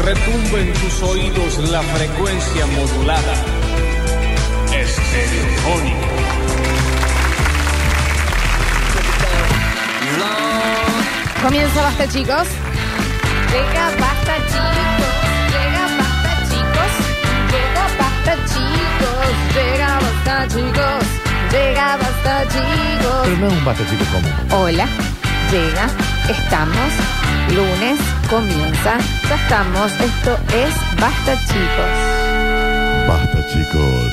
retumbe en tus oídos la frecuencia modulada. Estereofónica. Comienza basta, chicos. Llega basta, chicos. Llega basta, chicos. Llega basta, chicos. Llega basta, chicos. Llega basta, Pero chicos. no es un basta chico común. Hola, llega, estamos. Lunes comienza, ya estamos. Esto es Basta, chicos. Basta chicos.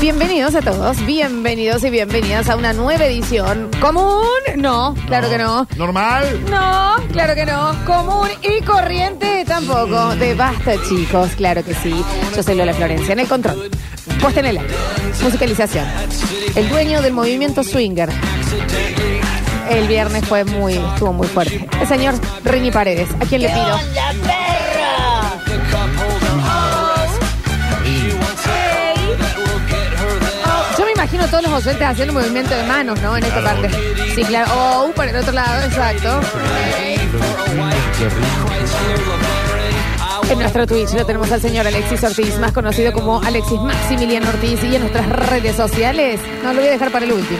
Bienvenidos a todos, bienvenidos y bienvenidas a una nueva edición. ¿Común? No, claro que no. Normal. No, claro que no. Común y corriente tampoco. De basta, chicos, claro que sí. Yo soy Lola Florencia, en el control. Puesta en el aire. Musicalización. El dueño del movimiento swinger. El viernes fue muy, estuvo muy fuerte. El señor Rini Paredes, ¿a quién le pido? Yo me imagino todos los oyentes haciendo un movimiento de manos, ¿no? En esta Claro. parte. Sí, claro. Oh, por el otro lado, exacto. En nuestro Twitch lo tenemos al señor Alexis Ortiz, más conocido como Alexis Maximiliano Ortiz, y en nuestras redes sociales. No lo voy a dejar para el último.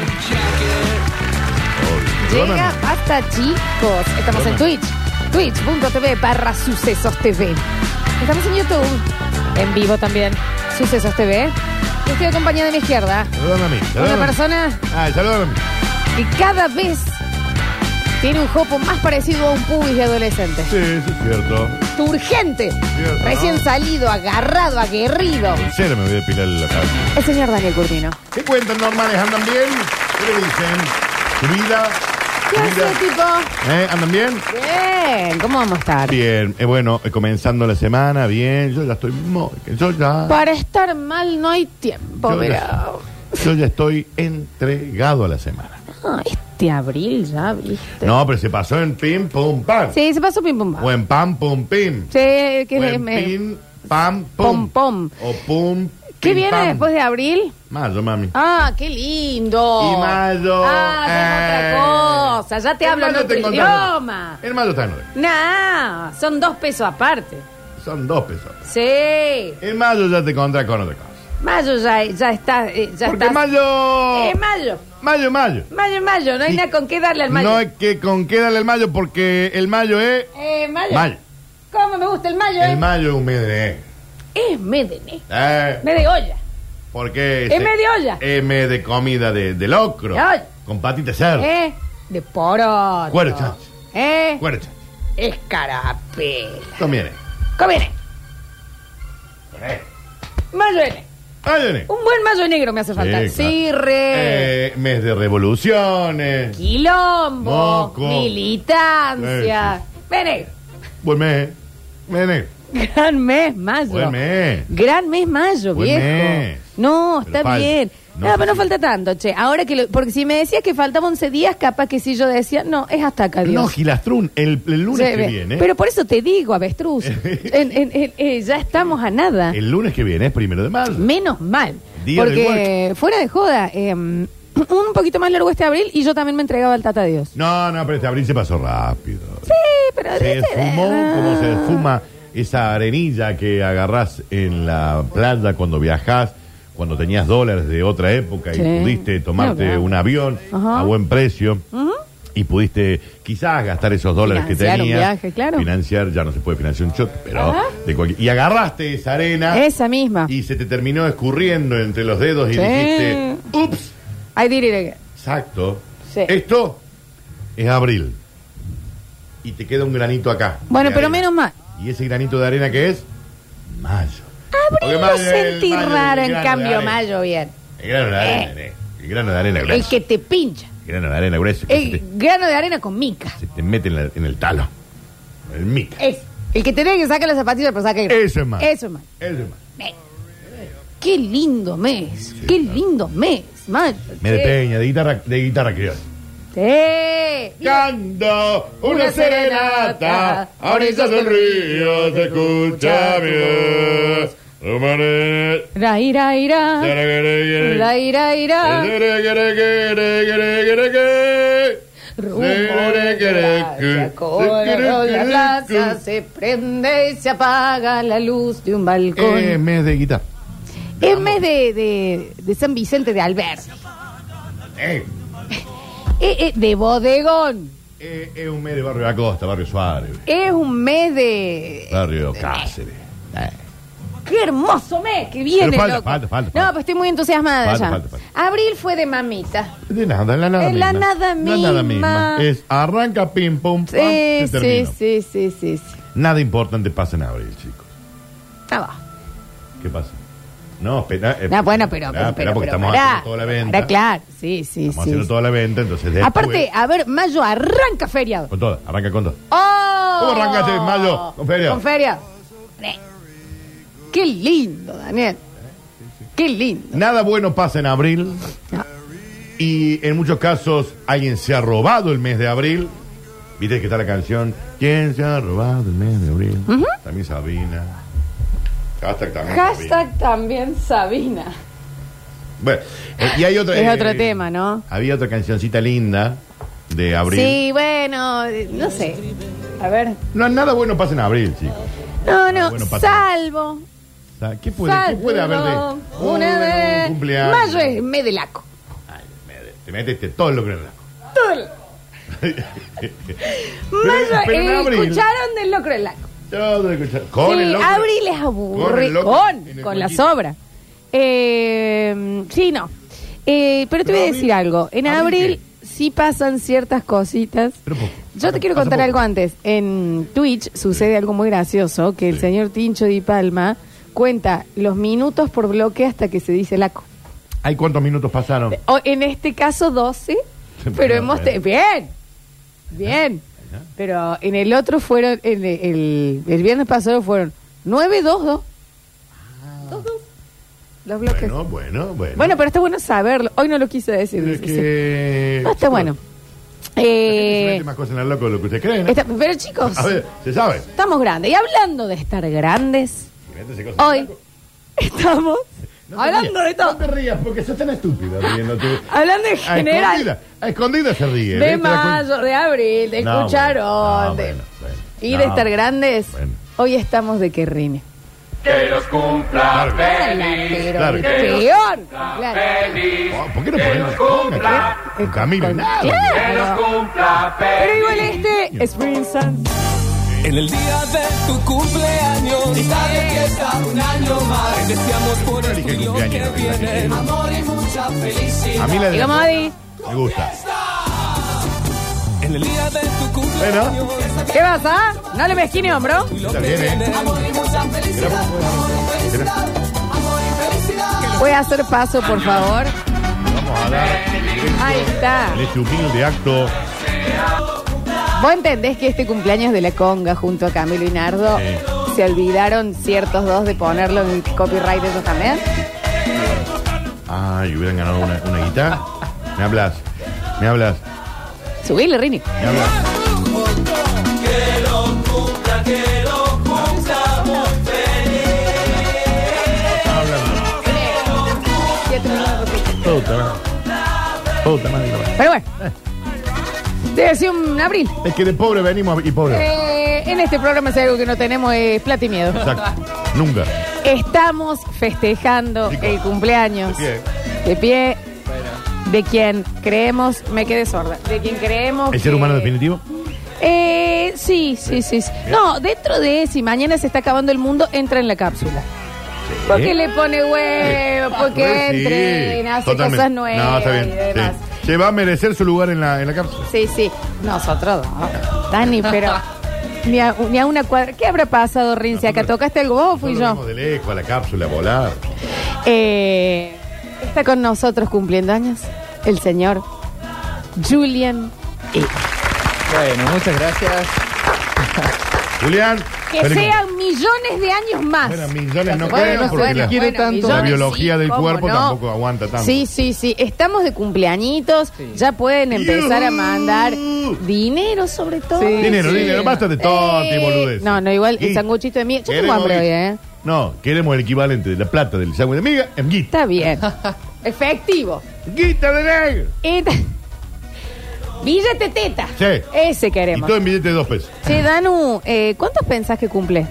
Llega Perdóname. hasta chicos. Estamos en Twitch. Twitch.tv barra Sucesos TV. Estamos en YouTube. En vivo también. Sucesos TV. Y Estoy acompañada de mi izquierda. Saludame a mí. saludame a mí. Una persona Ay, saludame a mí. que cada vez tiene un jopo más parecido a un pubis de adolescente. Sí, sí, es cierto. Turgente. Cierto, Recién ¿no? salido, agarrado, aguerrido. En serio me voy a depilar la cabeza. El señor Daniel Curtino. ¿Qué cuentan normales? ¿Andan bien? ¿Qué le dicen? ¿Su vida? ¿Qué ¿Su hace, vida? tipo? ¿Eh? ¿Andan bien? Bien, ¿cómo vamos a estar? Bien. Eh, bueno, eh, comenzando la semana, bien. Yo ya estoy... mo- Yo ya... Para estar mal no hay tiempo, Yo mira. ya, yo ya estoy entregado a la semana. Ah, este abril ya, viste. No, pero se pasó en pim, pum, pam. Sí, se pasó pim pum pam. O en pam, pum, pim. Sí, que O me- en pim, pam, Pom, pum. pom. O pum, ¿Qué pim, viene pam. después de abril? Mayo, mami. Ah, qué lindo. Y mayo. Ah, tengo eh. otra cosa. Ya te En hablo en mayo otro te encontramos. idioma. En mayo está en orden. Nah, son dos pesos aparte. Son dos pesos. Sí. En mayo ya te encontrás con otra cosa. Mayo ya, ya está. eh, ya Porque está. mayo... Eh, mayo. mayo, mayo. Mayo, mayo. No hay Y- nada con qué darle al mayo. No hay que con qué darle el mayo porque el mayo es... Eh, mayo. Mayo. ¿Cómo me gusta el mayo? eh? El mayo ¿eh? es un mes de negro. es Medene. Eh. Me de olla. Porque M de olla. M de comida de, de locro. De olla. Con patita de cerdo. ¿Eh? De poroto. Cuero chancho. ¿Eh? Cuero chancho. Escarapela. También es. Conviene. Eh. Mayo N. Ay, nene. Un buen mayo negro me hace falta. Sí, claro. Sí, re. Eh, mes de revoluciones. Quilombo. Moco. Militancia. Sí, Vene. Buen mes. Mes de negro. Gran mes mayo. Buen mes. Gran mes mayo, Buen viejo. mes. No, Pero está falta. bien. No, No, pero no sí. falta tanto, che. Ahora que lo- porque si me decías que faltaban 11 días, capaz que si yo decía, no, es hasta acá, Dios. No, Gilastrún, el, el lunes Sí, que ve. viene. Pero por eso te digo, avestruz. En- en- en- eh, ya estamos a nada. El lunes que viene es primero de mayo. Menos mal. Día del porque fuera de joda, eh, un poquito más largo este abril y yo también me entregaba al Tata Dios. No, no, pero este abril se pasó rápido. Sí, pero Ah, Se de- esfumó como se esfuma esa arenilla que agarrás en la playa cuando viajás, cuando tenías dólares de otra época Sí. y pudiste tomarte Claro. un avión Ajá. a buen precio. Y pudiste quizás gastar esos dólares Financiar que un tenías. viaje, claro. Financiar, ya no se puede financiar un shot, pero Ajá. de cualquier- Y agarraste esa arena Esa misma. y se te terminó escurriendo entre los dedos y Sí. dijiste, ups, I did it again. exacto. Sí. Esto es abril. Y te queda un granito acá. Bueno, de pero arena. menos mal. ¿Y ese granito de arena que es? Mayo. Porque Abril lo mayo es el sentí mayo del raro, en grano de cambio, arena. mayo bien. El grano de arena, Eh. eh. El grano de arena El grueso. que te pincha. El grano de arena grueso. que se, El grano de arena con mica. te, se te mete en, la- en el talo. El mica. Es. El que tenés que sacar las zapatillas pero saca el grano. Eso es mayo. Eso es mayo. Eso es mayo. Ven. Qué lindo mes. Qué lindo mes, mayo. Me de peña, de guitarra, de guitarra criolla. Sí. Canto una serenata a orillas del río, se escucha mi voz. Humané, Ra, ira, ira. tere, tere, tere. Ra, ira, ira. Tere, tere, tere, tere, tere, tere. Rumbo de gracia, colorado de la plaza, se prende y se apaga la luz de un balcón. Eh, mes de guitarra. en mes de, de, de San Vicente de Albert. Eh, Eh, eh, de bodegón. eh, es un mes de Barrio Acosta, Barrio Suárez, Es un mes de... Barrio Cáceres. Eh, ¡Qué hermoso mes que viene, Pero falta, loco! falta, falta, falta. No, pues estoy muy entusiasmada Falta, ya. falta, falta. Ah, Abril fue de mamita. De nada, la nada Es misma. la nada nada misma. misma. Es arranca, pim, pum, pam, Sí, se sí, terminó. sí, sí, sí, sí. Nada importante pasa en abril, chicos. Ah, va. ¿Qué pasa? No, espera. eh, No, bueno, pero... espera, pero- porque pero estamos pará, haciendo toda la venta. pará, claro, sí, sí, Estamos sí. haciendo toda la venta, entonces. después- Aparte, a ver, mayo arranca feriado. Con todo, arranca con todo. ¡Oh! ¿Cómo arrancaste, mayo? Con feriado. Con feria. Eh. Qué lindo, Daniel. Qué lindo. Nada bueno pasa en abril. No. Y en muchos casos, alguien se ha robado el mes de abril. Viste que está la canción. ¿Quién se ha robado el mes de abril? También Sabina. Hashtag también. Sabina. Hashtag también Sabina. Bueno, eh, y hay otra. Es otro tema, ¿no? Había otra cancioncita linda de abril. Sí, bueno, eh, no sé. A ver. No, nada bueno pasa en abril, chicos. No, no, Bueno, pasa. salvo. O sea, ¿Qué puede, qué salvo puede haber de Una Oh, vez. un cumpleaños? Mayo es medelaco. Ay, me- te metiste todo lo que no era. Todo el- Mayo, pero en eh, abril. escucharon del locro del laco. Todo lo que- Con sí, el locro. abril es Con el aburrido. locro Con, en el con la cuerpito. sobra. Eh, sí, no. Eh, pero te voy a Pero decir abril- algo. En ¿abril abril sí pasan ciertas cositas. Pero poco. Yo te quiero Pasa contar poco. algo antes. En Twitch sucede algo muy gracioso, que el Sí. señor Tincho Di Palma cuenta los minutos por bloque hasta que se dice laco. ¿Hay cuántos minutos pasaron? O, en este caso 12, pero Pero hemos... bueno. Ah, te- Bien, bien. Ajá. Pero en el otro fueron, en el, el- el viernes pasado fueron 9, 2, 2. Los bloques. Ah. Bueno, Bueno, bueno, bueno. pero está bueno saberlo. Hoy no lo quise decir. Pero es dice, sí. que... No, está bueno. La gente se Eh, mete más cosas en el loco de lo que usted cree, ¿no? está- pero chicos, A ver, se sabe. estamos grandes. Y hablando de estar grandes, Y métese cosas en el hoy loco. estamos No te hablando de rías, todo. No Ah, te rías porque sos tan estúpido riéndote. Hablando en A general. escondidas, a escondidas se ríe. ¿eh? ¿Te De das cuenta? mayo, de abril, de No, cucharón, bueno, no, de bueno, bueno. ir No, a estar grandes. bueno. Hoy estamos de que rine. Que los cumpla feliz. claro. Peor. Claro. Feliz. Oh, ¿Por qué no ponemos Eh, ponga, ¿qué? Un camino y nada. Claro. Que los cumpla feliz. Pero igual este Spring Sun. En el día de tu cumpleaños, esta de fiesta un año más. Te Deseamos por el Dije tuyo que cumpleaños, no, viene. dije. Amor y mucha felicidad. A mí la de Digamos, Adi, me gusta. Ah. En el día de tu Bueno. cumpleaños, esta ¿qué pasa? No le mezquine, hombro. lo Está que bien, ¿eh? viene. Amor y mucha felicidad. Amor y felicidad. Voy a hacer paso, por favor. Vamos a dar Ahí está. en este humilde acto. Vos entendés que este cumpleaños de la conga junto a Camilo y Nardo Sí. se olvidaron ciertos dos de ponerlo en copyright eso también. Ay, hubieran ganado una, una guitarra. Me hablas. Me hablas. Subile, Rini. Me hablas. Hablan. Todo trabajo. Todo trabajo. Pero bueno. Te decía un abril. Es que de pobre venimos y pobre. Eh, en este programa si hay algo que no tenemos es plata y miedo. Exacto. Nunca. Estamos festejando Chicos, el cumpleaños de de pie de quien creemos, me quedé sorda, de quien creemos. ¿El ser que- humano definitivo? Eh, sí, sí, sí, sí. No, dentro de si mañana se está acabando el mundo, entra en la cápsula. Porque ¿Eh? le pone huevo, porque Pues sí, entrena, hace totalmente. cosas nuevas No, está bien. y demás. sí. Se va a merecer su lugar en la, en la cápsula. Sí, sí. Nosotros dos. Dani, pero ni a, ni a una cuadra. ¿Qué habrá pasado, Rince? ¿Acá tocaste algo vos o fui Nosotros yo? vamos de lejos a la cápsula a volar. Eh, está con nosotros cumpliendo años el señor Julian Hill. Bueno, muchas gracias. Julián. Que feliz- sean millones de años más. Bueno, millones no Bueno, creo, porque bueno, la, quiere tanto. millones la biología sí, del cómo cuerpo no. tampoco aguanta tanto. Sí, sí, sí. Estamos de cumpleañitos. Ya pueden empezar a Yujú. mandar dinero, sobre todo. Sí. Dinero, Sí. dinero, basta de torta y Eh, boludez. no, no, igual el sanguchito de miga- yo tengo hambre hoy, ¿eh? No, queremos el equivalente de la plata del sándwich de miga en guita. Está bien. Efectivo. ¡Guita de negro! Et- Billete teta. Sí. Ese Y queremos. todo en billete de dos pesos. Che, Danu, eh, ¿cuántos pensás que cumple?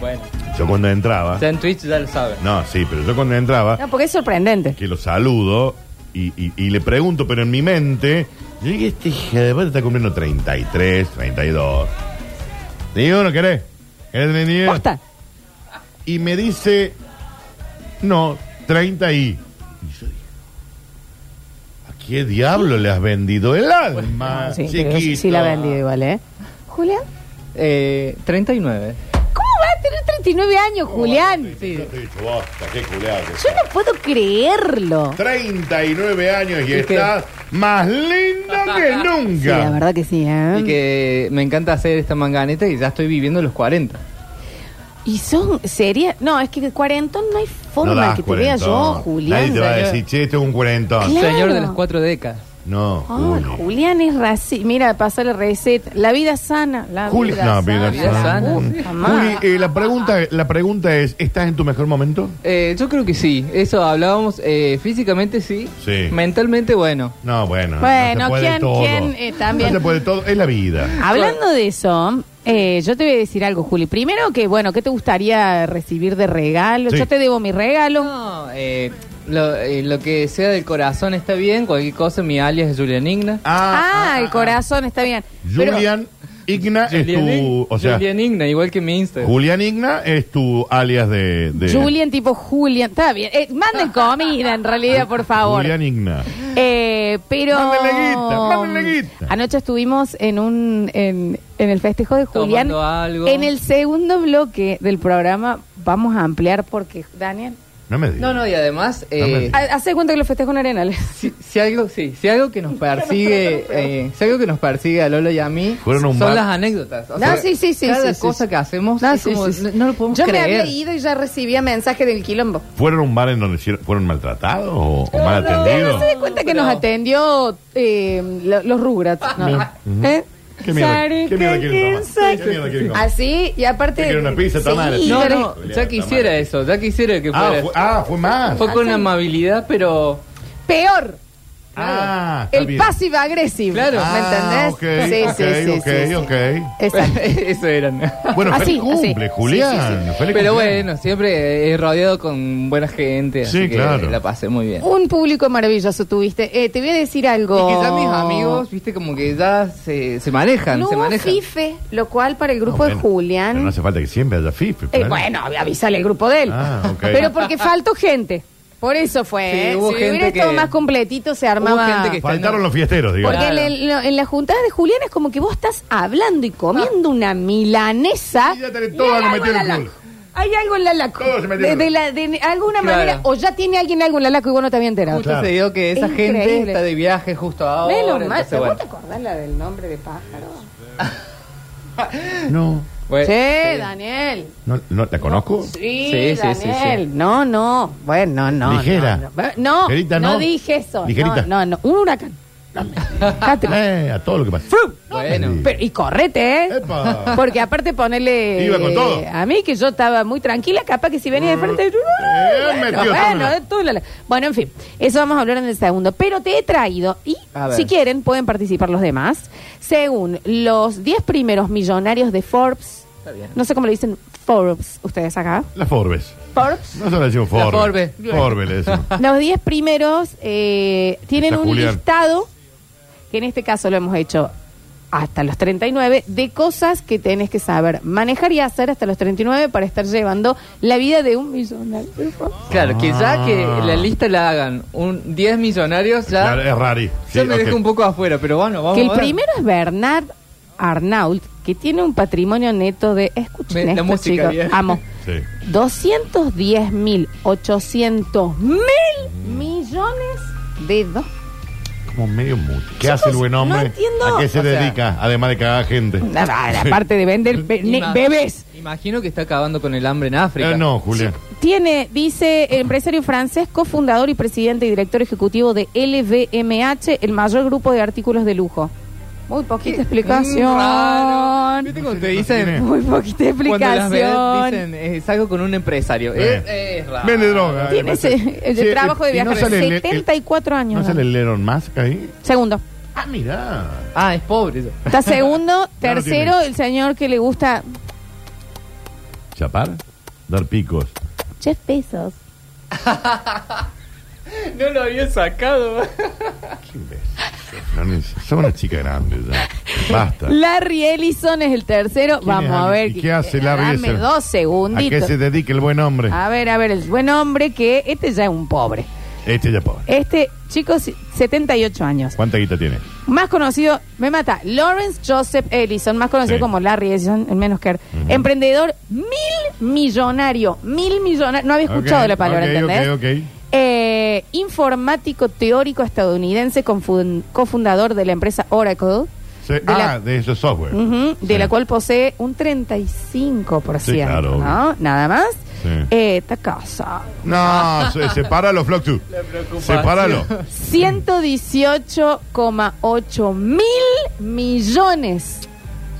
Bueno, Yo cuando entraba. ya en Twitch ya lo saben. No, sí, pero yo cuando entraba, No, porque es sorprendente. que lo saludo y, y- y le pregunto, pero en mi mente, yo dije, este hija de puta está cumpliendo 33, 32. Digo, ¿no querés? ¿Querés tener dinero? Posta. Y me dice, no, 30 y. Y yo dije, ¿a qué diablo le has vendido el alma? Sí, pero chiquito? sí la ha vendido igual, ¿eh? Julián, Eh, 39. ¿cómo va a tener 39 años, Julián? Yo te he dicho, bosta, qué culiado que Yo estás. no puedo creerlo. 39 años y ¿Y qué? estás más linda que nunca. Sí, la verdad que sí, ¿eh? Y que me encanta hacer esta manganeta y ya estoy viviendo los 40. Y son serias. No, es que cuarentón no hay forma das que te vea yo, cuarentón. Julián. Ah, Nadie te va a señor. decir, che, esto es un cuarentón. Claro. Señor de las cuatro décadas. No, Ah, Juli. Julián es racista. Mira, pasó la receta. La vida sana. La Juli- vida no, sana. vida sana. La puta Juli, madre. eh, la, pregunta, la pregunta es, ¿estás en tu mejor momento? Eh, yo creo que sí, eso hablábamos. eh, físicamente sí. Sí. Mentalmente bueno. No, bueno. no Bueno, se puede ¿quién- todo. quién, eh, también? No se puede todo, es la vida. Hablando de eso, eh, yo te voy a decir algo, Juli. Primero que, bueno, ¿qué te gustaría recibir de regalo? Sí. Yo te debo mi regalo. No, eh, lo, eh, lo que sea del corazón está bien, cualquier cosa, mi alias es Julián Igna. ah, el corazón, está bien. Pero- Julian Igna Julián es Ig- tu... O sea, Julián Igna, igual que mi Instagram. Julián Igna es tu alias de... de Julian, tipo Julian. Está bien. Eh, manden comida, en realidad, por favor. Julián Igna. Eh, pero. Mándenle guita, mándenle guita. Anoche estuvimos en un en, en el festejo de Tomando Julián. algo. En el segundo bloque del programa vamos a ampliar porque, Daniel, No me digas. No, no, y además, eh, No me- ha- hace cuenta que lo festejo en Arenales. si, si algo, sí, si algo que nos persigue, eh, si algo que nos persigue a Lola y a mí, Fueron a un son bar. las anécdotas. O No, sí, sí, sí, Cada sí, sí, cosa sí. que hacemos, No, es Ah, sí, como, sí, sí. No, no lo podemos Yo me creer. había ido y ya recibía mensaje del quilombo. ¿Fueron a un bar en donde hicieron- fueron maltratados o, o mal atendidos? No se da cuenta que Pero- Ah, nos atendió eh, lo- los Rugrats. No. Bien. Ujú. ¿Eh? ¿Qué mierda- Sorry, qué mierda ¿qué quieren tomar? piensa? ¿Qué mierda quieren comer? Así, y aparte. Yo quiero una pizza, tamales. Sí, no, pero- no, ya quisiera eso, ya quisiera que Ah, fuera. fue, ah, fue más. Fue con amabilidad, pero Peor. Ah, está El bien. passive agresivo. Claro. ¿Me Ah, entendés? ok, ok, ok, ok. Exacto. eso eran. Bueno, Así, feliz cumple, así. Julián. Pero Feliz cumpleaños. bueno, siempre he rodeado con buena gente, así Sí, que claro. la pasé muy bien. Un público maravilloso tuviste. Eh, te voy a decir algo. Y que ya mis amigos, viste, como que ya se, se manejan, oh. No se hubo manejan. fife, lo cual para el grupo No, de bueno, Julián. pero no hace falta que siempre haya FIFA. Eh, bueno, avísale el grupo de él. Ah, ok. Pero porque faltó gente. Por eso fue. Sí, ¿eh? hubo si hubiera gente estado que- más completito, se armaba. Hubo gente que- Faltaron los fiesteros, digamos. Porque Claro. en, el- en la juntada de Julián es como que vos estás hablando y comiendo una milanesa. Y ya tenés y todo hay lo algo metido en en la el laco. Hay algo en la laco. Todo se metió De, en el de la- de alguna Claro. manera, o ya tiene alguien algo en la laco y vos no te habías enterado. Justo se dio que esa Increíble. gente está de viaje justo ahora. Menos mal, entonces, ¿pero bueno. ¿vos te acordás la del nombre de pájaro? No, Bueno, che, sí. Daniel. no, no, ¿la conozco? Sí, Sí, sí, sí, sí. Daniel. No, no. Bueno, no. no, Ligera. No, no, Ligerita, no ¿no? dije eso. Ligerita. No, no, no. Un huracán. No, me- Dejate. Eh, a todo lo que pasa. Fru. Bueno. Sí. Pero- y correte, ¿eh? Epa. Porque aparte ponele... Iba con todo. Mm. A mí, que yo estaba muy tranquila, capaz que si venía de frente... ¡uh! bueno, metió todo en bueno, la- todo la- bueno, en fin. Eso vamos a hablar en el segundo. Pero te he traído, y A ver. si quieren, pueden participar los demás. Según los 10 primeros millonarios de Forbes... Está bien. No sé cómo le dicen Forbes ustedes acá. La Forbes. Forbes. No se la decimos La Forbes. Forbes. Forbes le decimos. Ah. Los 10 primeros eh, tienen Está un Julián. listado, que en este caso lo hemos hecho hasta los 39, de cosas que tenés que saber manejar y hacer hasta los 39 para estar llevando la vida de un millonario. Claro, que ya que Ah. la lista la hagan un 10 millonarios, ya, Claro, es rari. Sí, ya me ok. dejo un poco afuera, pero bueno, vamos Que el a ver. primero es Bernard Arnault, que tiene un patrimonio neto de... Escuchen Ve, la esto, música, chicos. bien. Amo. Sí. 210 mil, 800 mil millones de dólares. Como medio mucho. ¿Qué Chicos, hace el buen hombre? no entiendo. ¿A qué se O sea- dedica? además de cagar gente. Aparte de vender be- ne- Ima- bebés. Imagino que está acabando con el hambre en África. Eh, no, Julián. Tiene, dice, empresario francés, cofundador y presidente y director ejecutivo de LVMH, el mayor grupo de artículos de lujo. Muy poquita Mm, raro. explicación. ¿Viste cuando te dicen? Muy poquita Cuando las ves, explicación. dicen, eh, salgo con un empresario. Eh. Es, es raro. Vende droga. Tiene además. ese- el Sí, eh, trabajo de y no viajar sale el- el- 74 años. ¿No sale el Elon Musk ahí? Segundo. Ah, mirá. Ah, es pobre. yo. Está segundo, No, no tercero, tiene. el señor que le gusta ¿Chapar? Dar picos. Jeff Bezos. No lo había sacado. Ah, Qué imbécil. No, ni- Son una chica grande ya. Basta. Larry Ellison es el tercero. ¿Quién Vamos es a Larry? ver. eh, ¿Y qué hace Larry Dame Ellison? dos ¿A qué segunditos. Ah. se dedica el buen hombre? A ver, a ver, el buen hombre que este ya es un pobre. Este ya pobre. Este, chicos, 78 años. ¿Cuánta guita tiene? Más conocido, me mata, Lawrence Joseph Ellison, más conocido Sí. como Larry Ellison, el menos que. Emprendedor mil millonario, mil millonario, no había escuchado Ok, la palabra, ok, ¿entendés? ok, ok. Eh, informático teórico estadounidense, confun- cofundador de la empresa Oracle, Sí, De ah, la- de ese software. ujú, de Sí. la cual posee un 35%, Sí, claro, obvio. ¿no? Nada más. Sí. Eh, Está casado. No, se- sepáralo, Flock 2. Sepáralo. 118,8 mil millones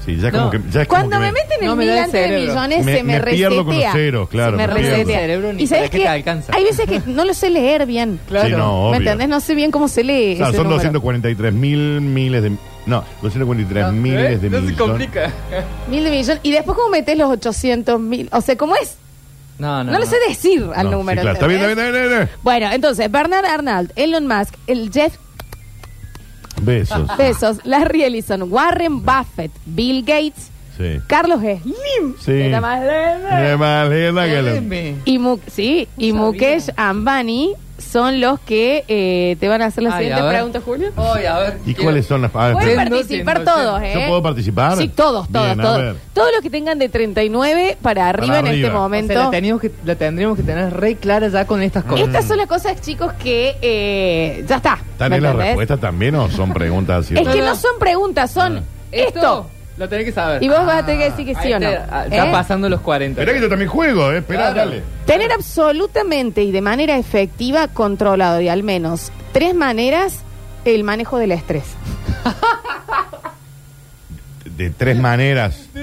Sí, ya como No. que. Ya es como Cuando que me meten en No el me da el mil antes de cerebro. millones, Me- se me, me pierdo con los resetea. ceros, claro, Se me me pierdo. resetea. Cerebro ni Y sabes para qué que te alcanza. hay veces que no lo sé leer bien. Sí, no, obvio. ¿Me entendés? No sé bien cómo se lee. Claro, ese son número. 243 mil miles de. No, 243 No, miles ¿eh? de No millones. se complica. Mil de millones. Y después, ¿cómo metes los 800 mil? O sea, ¿cómo es? No, No, no. lo sé decir al No, sí, número. claro. Está bien, está ¿entendés? bien, está bien, está Bueno, entonces, Bernard Arnold, Elon Musk, el Jeff bien. Ah, Besos. Bezos, Larry Ellison, Warren Buffett, Bill Gates, Sí. Carlos Slim, Sí. que era más leve. Eh, Malena, que la- Óyeme. Y Mu- sí, y Mukesh Ambani son los que eh, te van a hacer las Ay, siguientes a ver. preguntas, Julio. Ay, a ver. ¿Y quiero- cuáles son las.? ah, Pueden espera. Entiendo, participar entiendo, todos, ¿eh? ¿Yo puedo participar? Sí, todos, todos, Bien, a todos. ver. Todos los que tengan de 39 para arriba en arriba. este O momento. sea, la, teníamos que, la tendríamos que tener re clara ya con estas cosas. Estas son las cosas, chicos, que eh, ya está. ¿Están ¿me en la entendés? respuesta Ah. también o son preguntas así? Es que no no. son preguntas, son esto. Lo tenés que saber. Y vos vas a tener que decir que sí Ahí o no. te- ah, Está ¿eh? pasando los 40. Esperá que yo también juego, ¿eh? Esperá, Claro. dale. Tener absolutamente y de manera efectiva controlado de al menos tres maneras el manejo del estrés. De tres maneras. Sí.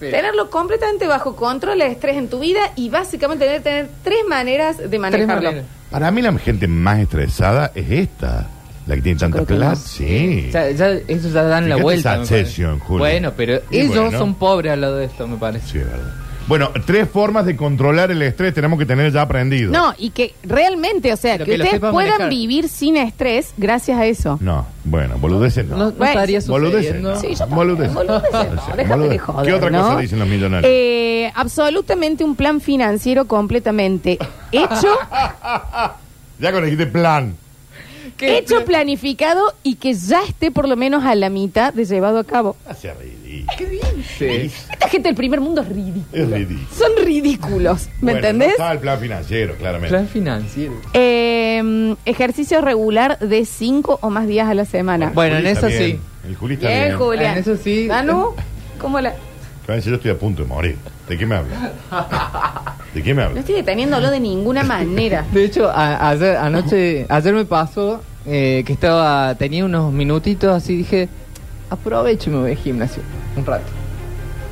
Tenerlo completamente bajo control el estrés en tu vida y básicamente tener, tener tres maneras de Tres manejarlo. maneras. Para mí la gente más estresada es esta. La que tiene tanta creo que plata. no. Sí. Ya, ya, ellos ya dan la Fíjate vuelta. esa me parece. obsesión, Julio. Bueno, pero Y ellos bueno. son pobres al lado de esto, me parece. Sí, es verdad. Bueno, tres formas de controlar el estrés tenemos que tener ya aprendido. No, y que realmente, o sea, Pero que, que lo ustedes sepas puedan manejar. vivir sin estrés gracias a eso. No, bueno, boludeces no. No, pues, no Bueno, estaría boludeces sucediendo. no. Sí, yo también. Boludeces. Boludeces, no, O sea, déjate boludeces. de joder, ¿Qué otra cosa ¿no? dicen los millonarios? Eh, absolutamente un plan financiero completamente hecho, Ya con este plan. ¿Qué? hecho, planificado y que ya esté por lo menos a la mitad de llevado a cabo. Hace ridículo. pues, Sí. Esta gente del primer mundo es ridícula. Es ridículo. Son ridículos, ¿me Bueno, entendés? No estaba el plan financiero, claramente. Plan financiero. Eh, ejercicio regular de cinco o más días a la semana. Bueno, Juli en está esa bien. El Juli está bien. Julián. En eso sí. Danu, ¿cómo la...? Cabeza, yo estoy a punto de morir. ¿De qué me hablas? ¿De qué me No hablas? estoy deteniéndolo de ninguna manera. De hecho, a- ayer, anoche, ayer me pasó eh, que estaba, tenía unos minutitos así, dije, aprovecho y me voy al gimnasio un rato.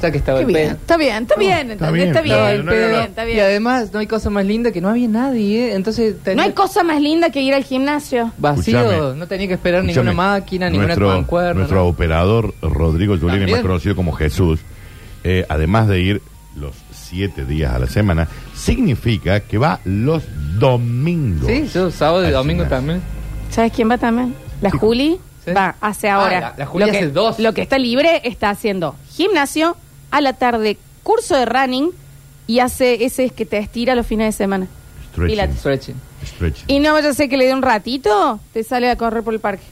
Ya que estaba Qué el bien, pedo. está bien, está bien, está ¿entendés? está bien, está bien, bien, no hay está bien, nada. está Y bien. además no hay cosa más linda que no había nadie, ¿eh? entonces No tenía hay cosa más linda que ir al gimnasio. vacío, Escuchame. no tenía que esperar Escúchame, ninguna máquina, ninguna nuestro, mancuerna. Nuestro operador Rodrigo Yulín, También. más conocido como Jesús, eh, además de ir los siete días a la semana, significa que va los domingos. Sí, yo sábado y al domingo gimnasio. también. ¿Sabes quién va también? La Juli Sí. va, hace Ah, ahora. la- la Juli lo que, hace dos. Lo que está libre está haciendo gimnasio, a la tarde curso de running y hace ese es que te estira los fines de semana. Stretching, Pilates. Stretching. stretching. Y no vaya a ser que le dé un ratito, te sale a correr por el parque.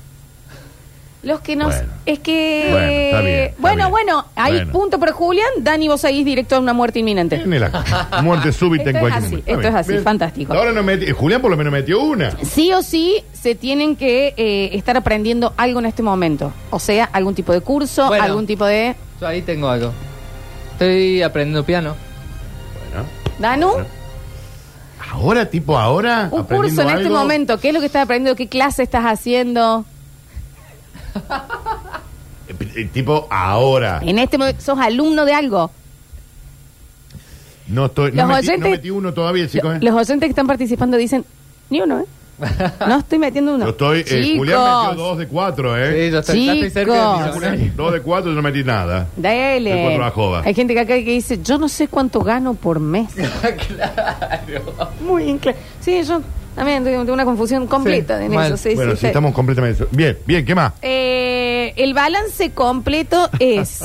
Los que no... Bueno. Es que... Bueno, está bien, está bueno, bien. bueno, ahí Bueno. punto por Julián. Dani, vos seguís directo a una muerte inminente. En el acto. muerte súbita Esto en es cualquier así, momento. esto Está bien. es así, Bien. fantástico. Ahora no meti- eh, Julián por lo menos metió una. Sí o sí se tienen que eh, estar aprendiendo algo en este momento. O sea, algún tipo de curso, Bueno. algún tipo de... Yo ahí tengo algo. Estoy aprendiendo piano. Bueno, Danu, ahora, tipo, ahora. un curso aprendiendo en este algo. momento. ¿Qué es lo que estás aprendiendo? ¿Qué clase estás haciendo? Eh, eh, tipo, ahora. En este momento, ¿sos alumno de algo? No estoy. No Los metí, no oyentes- metí uno todavía, chicos. eh. Los oyentes que están participando dicen, ni uno, ¿eh? No estoy metiendo uno. Yo estoy. eh, Chicos. Julián metió dos de cuatro, Sí, ¿eh? yo estoy, ya estoy cerca Chicos. de millonario. Dos de cuatro, yo no metí nada. Yo Dale. encuentro la jova. Hay gente que acá que dice, yo no sé cuánto gano por mes. Muy increíble. Sí, yo también tengo una confusión completa Sí, en mal. eso. Sí, bueno, sí, sí, sí. estamos completamente. Bien, bien, ¿qué más? Eh, el balance completo es.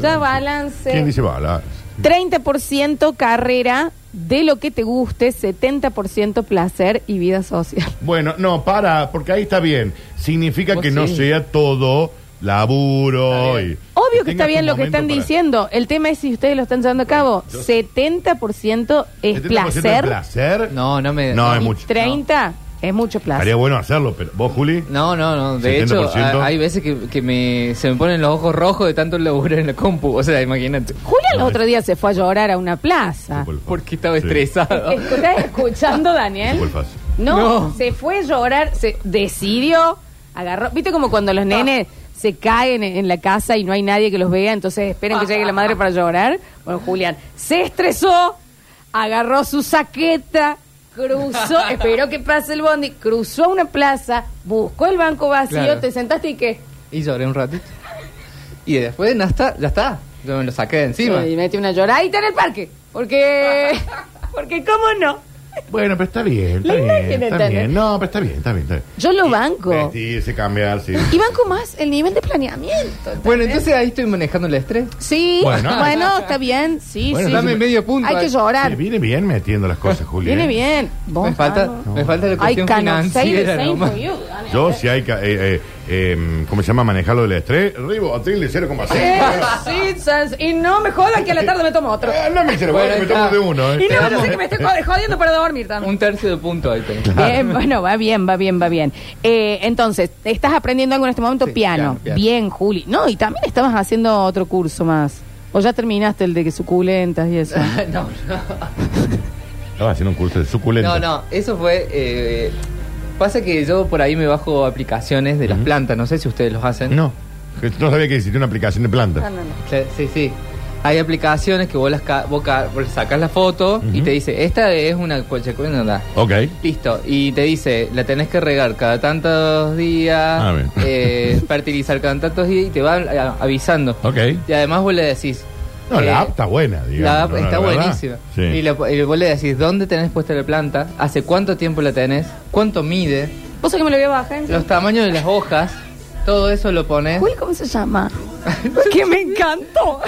ya balance. ¿Quién dice bala? 30% carrera de lo que te guste, 70% placer y vida social. Bueno, no, para, porque ahí está bien. Significa Vos que no sí. sea todo laburo y. Obvio que tengas está bien tu lo que momento están para- diciendo. El tema es si ustedes lo están llevando a cabo. 70% es 70% de placer. placer? No, no me. No, es y mucho. 30 es mucho Estaría placer. bueno hacerlo, pero vos, Juli. No, no, no. De 70%. hecho, ha- hay veces que, que me, se me ponen los ojos rojos de tanto laburar en la compu. O sea, imagínate. Julia el otro día se fue a llorar a una plaza. Fútbol fácil. Porque estaba Sí, estresado. ¿Estás escuchando, Daniel? Fútbol fácil. No, No. se fue a llorar, se decidió, agarró. ¿Viste como cuando los nenes se caen en la casa y no hay nadie que los vea, entonces esperan que llegue la madre para llorar? Bueno, Julián se estresó, agarró su saqueta, cruzó, esperó que pase el bondi, cruzó una plaza, buscó el banco vacío, Claro. te sentaste y qué. Y lloré un ratito. Y después ya está, ya está. Yo me lo saqué de encima. Y metí una lloradita en el parque. Porque, porque ¿cómo no? Bueno, pero está bien, está La bien. imagen, Está ¿entendés? bien. No, pero está bien, está bien. Está bien. Yo lo banco. Vestirse, cambiar, sí. Y banco más el nivel de planeamiento. Bueno, entonces ahí estoy manejando el estrés. Sí, Bueno. bueno, está bien, sí, Bueno, sí. Dame medio punto. eh. Hay que llorar. Sí, viene bien metiendo las cosas, Juli. Viene ¿eh? bien. Vos, Me falta, Carlos. me falta la I cuestión cannot say the financiera same nomás. for you, Daniel. Yo, si hay. ca- Eh, eh, eh, ¿Cómo se llama? Manejarlo del estrés. Ribo, atril de 0,5. Eh, sí, sas- y no me jodan que a la tarde me tomo otro. Eh, no me hicieron, Bueno, me está. tomo de uno. Y ¿eh? no, yo sé que me estoy jod- jodiendo para dormir también. Un tercio de punto ahí tengo. Bien, bueno, va bien, va bien, va bien. Eh, entonces, ¿estás aprendiendo algo en este momento? Sí, piano. piano, piano. Bien, Juli. No, y también estabas haciendo otro curso más. O ya terminaste el de que suculentas y eso. no, no. Estaba haciendo un curso de No, suculento. no, eso fue. eh, pasa que yo por ahí me bajo aplicaciones de las plantas, no sé si ustedes los hacen. No. que No sabía que existía una aplicación de plantas. Ah, Cla- Sí, sí. Hay aplicaciones que vos, las ca- vos ca- vos sacas la foto y Ujú. te dice, esta es una cualquier cosa. Ok. Listo, y te dice, la tenés que regar cada tantos días, A ver. eh, fertilizar cada tantos días y te va a- avisando. Ok. Y además vos le decís... No, eh, la app está buena, digamos. la app ¿no? está verdad. buenísima. Sí. Y, le, y vos le decís dónde tenés puesta la planta, hace cuánto tiempo la tenés, cuánto mide, ¿Vos sabés que me lo voy a bajar? los tamaños de las hojas, todo eso lo pones. Juli, ¿cómo se llama? que me encantó.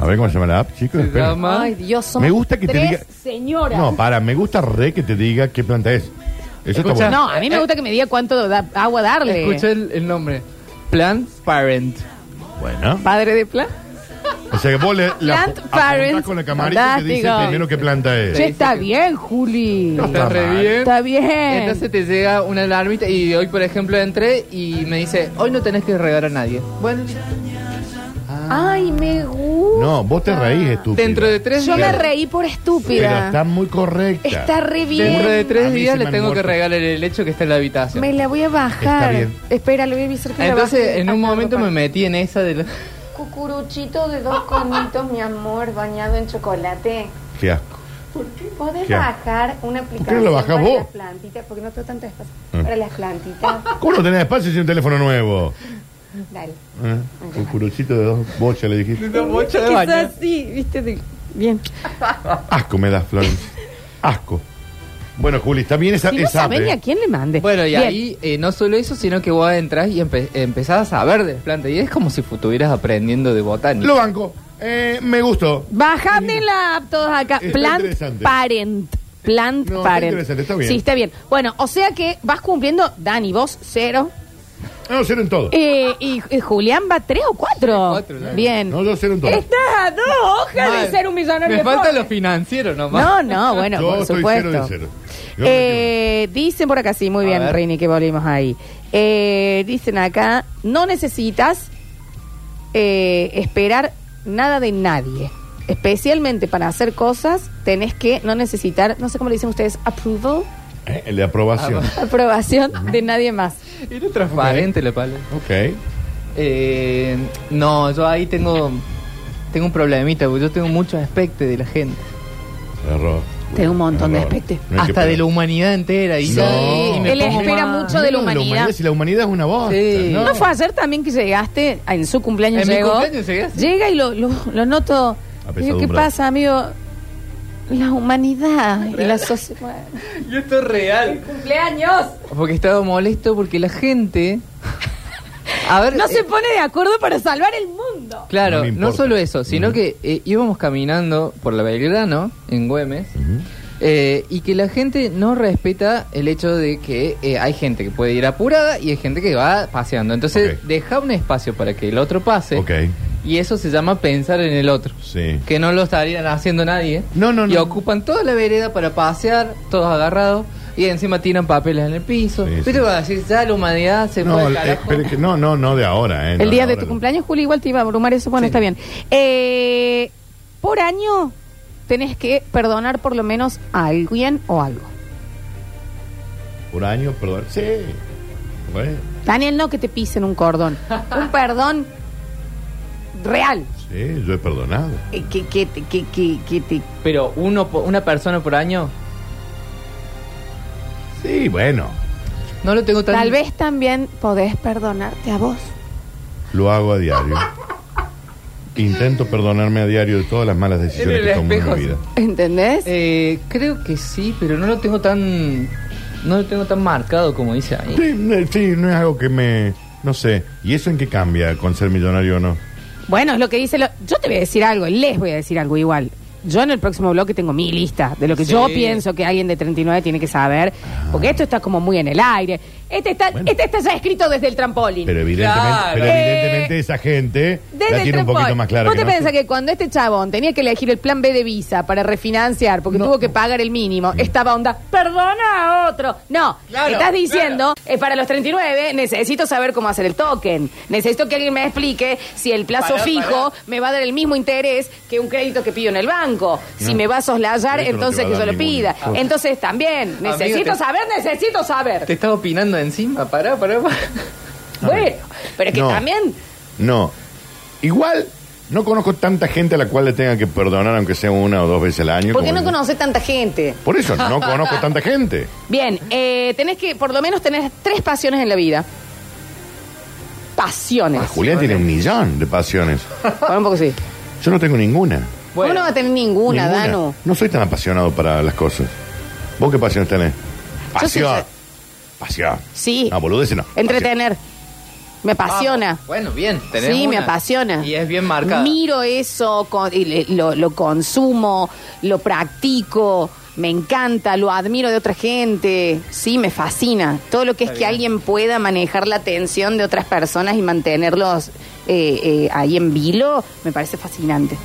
A ver cómo se llama la app, chicos. Se esperen. llama- Ay, Dios, somos Me gusta que te tres diga- señoras. No, para, me gusta re que te diga qué planta es. Eso está Escucha. bueno. No, a mí me gusta que me diga cuánto da- agua darle. Escuché el, el nombre. Plant Parent. Bueno. Padre de plan. O sea, que vos le, la Plant apuntás parents. con la camarita y te dice Fantástico. primero qué planta es. Che, está bien, Juli. Está Está re mal. bien. Está bien. Entonces te llega una alarmita y hoy, por ejemplo, entré y me dice, hoy no tenés que regar a nadie. Bueno, Ay, me gusta. No, vos te reís, estúpido. dentro de tres Yo me días... reí por Pero estúpida. está muy correcta. Está re Dentro de bien. A tres mí días se le me han tengo que muerto. regalar el hecho que está en la habitación. Ah, Me la voy a Está bajar. bien. Espera, lo voy a avisar que la Entonces, bajé. en un Acá, momento papá. me metí en esa de... la- Cucuruchito de dos conitos, mi amor, bañado en chocolate. Qué asco. ¿Podés ¿Qué? bajar una qué aplicación no la bajás para vos? las plantitas? Porque no tengo tanto espacio. Ah. Para las plantitas. ¿Cómo no tenés espacio sin un teléfono nuevo? Dale. ¿Eh? Un curuchito de dos bochas le dijiste. Una bocha de baño. Quizás sí, viste. de- Bien. Asco me das, Florencia. Asco. Bueno, Juli, está bien esa, Si no esa app, sabés ni ¿eh? a quién le mande. Ah, Bueno, y Bien. ahí eh, no solo eso, sino que vos entras y empe- empezás a ver de las plantas. Y es como si estuvieras aprendiendo de botánica. Lo banco. Eh, me gustó. Bajate la app todos acá. Está Plant interesante. Parent. Plant No, está Parent. interesante, está bien. Sí, está bien. Bueno, o sea que vas cumpliendo, Dani, vos cero. No, cero en todo. Eh, y, y Julián va tres o cuatro. cuatro, ya. bien. No, yo cero en todo. Estás a dos hojas Mal. de ser un millonario. Me de falta pobres. lo financiero nomás. No, no, bueno, yo por estoy supuesto. cero de cero. Yo Eh, dicen por acá, sí, muy A bien, ver. Rini, que volvimos ahí. Eh, dicen acá, no necesitas eh, esperar nada de nadie. Especialmente para hacer cosas, tenés que no necesitar, no sé cómo le dicen ustedes, approval, me equivoco. Eh, el de aprobación. ah, aprobación de nadie más. Era transparente la pala. Ok. Eh, no, yo ahí tengo tengo un problemita, porque yo tengo muchos aspectos de la gente. Error. Tengo un montón de no, aspectos. no hay que Hasta de esperar. la humanidad entera. Y, No. y me Él pongo espera mal. mucho de la humanidad. Si la humanidad es una voz. Sí. ¿no? ¿No fue ayer también que llegaste? Ah, En su cumpleaños En mi llegó. cumpleaños llegué así. Llega y lo, lo, lo noto. Digo, ¿qué Apesadumbrado. pasa, amigo? La humanidad y la sociedad. Y esto es real. ¡Cumpleaños! Porque estaba molesto porque la gente. A ver. No eh, se pone de acuerdo para salvar el mundo. Claro, No me no, importa. solo eso, sino Ujú. que eh, íbamos caminando por la Belgrano, en Güemes, eh, y que la gente no respeta el hecho de que eh, hay gente que puede ir apurada y hay gente que va paseando. Entonces, Ok. deja un espacio para que el otro pase. Ok. Y eso se llama pensar en el otro. Sí. Que no lo estarían haciendo nadie. No, no, y no. ocupan toda la vereda para pasear, todos agarrados. Y encima tiran papeles en el piso. Sí, Pero sí. va a decir, ya la humanidad se No, fue al eh, carajo. pero es que- no, no, no de ahora. ¿eh? El No, día ahora de tu no. cumpleaños, Juli, igual te iba a abrumar eso. Bueno, está bien. Eh, por año tenés que perdonar por lo menos a alguien o algo. Por año, perdón. Sí. Bueno, Daniel, no que te pisen un cordón. Un perdón real. sí, yo he perdonado. Eh, Que, que, te- que, que, que te- Pero uno, po- una persona por año Sí, bueno. No lo tengo tan... Tal vez también podés perdonarte a vos. Lo hago a diario. Intento perdonarme a diario de todas las malas decisiones En el que tomo en mi vida. espejo. ¿Entendés? Eh, creo que sí, pero no lo tengo tan... No lo tengo tan marcado como dice ahí. Sí, no- sí, no es algo que me. No sé. ¿Y eso en qué cambia con ser millonario o no? Bueno, es lo que dice. lo- Yo te voy a decir algo, les voy a decir algo igual. Yo en el próximo bloque tengo mi lista de lo que Sí. yo pienso que alguien de 39 tiene que saber, porque esto está como muy en el aire. Este está, Bueno. este está ya escrito desde el trampolín. Pero evidentemente, Claro. pero Eh, evidentemente esa gente desde la el tiene un poquito trampolín. más clara. ¿Vos que te nosotros. pensás que cuando este chabón tenía que elegir el plan B de visa para refinanciar porque tuvo que pagar el mínimo, estaba onda, perdona a otro? No, Claro, estás diciendo, eh, para los 39 necesito saber cómo hacer el token. Necesito que alguien me explique si el plazo Pará, fijo pará. me va a dar el mismo interés que un crédito que pido en el banco. Si me va a soslayar, Pero esto no entonces te que va a yo dar lo ningún pida. informe. Entonces también, Amigo, necesito te- saber, necesito saber. Te está opinando encima, pará, pará, pará. Bueno, pero es que No. también... No. Igual, no conozco tanta gente a la cual le tenga que perdonar, aunque sea una o dos veces al año. ¿Por qué como- no conoces tanta gente? Por eso, no conozco tanta gente. Bien, eh, tenés que, por lo menos, tener tres pasiones en la vida. Pasiones. Julián tiene un millón de pasiones. Bueno, un poco sí. Yo no tengo ninguna. ¿Cómo no va a tener ninguna, Ninguna. Danu? No soy tan apasionado para las cosas. ¿Vos qué pasiones tenés? Pasión. soy- Pasión. Sí. No, boludeces no. Entretener. Me apasiona. Vamos. Bueno, bien, tenemos sí, me una. apasiona. Y es bien marcado. Miro eso, con- y le- lo, lo consumo, lo practico, me encanta, lo admiro de otra gente. Sí, me fascina. Todo lo que es que alguien pueda manejar la atención de otras personas y mantenerlos eh, eh, ahí en vilo, me parece fascinante.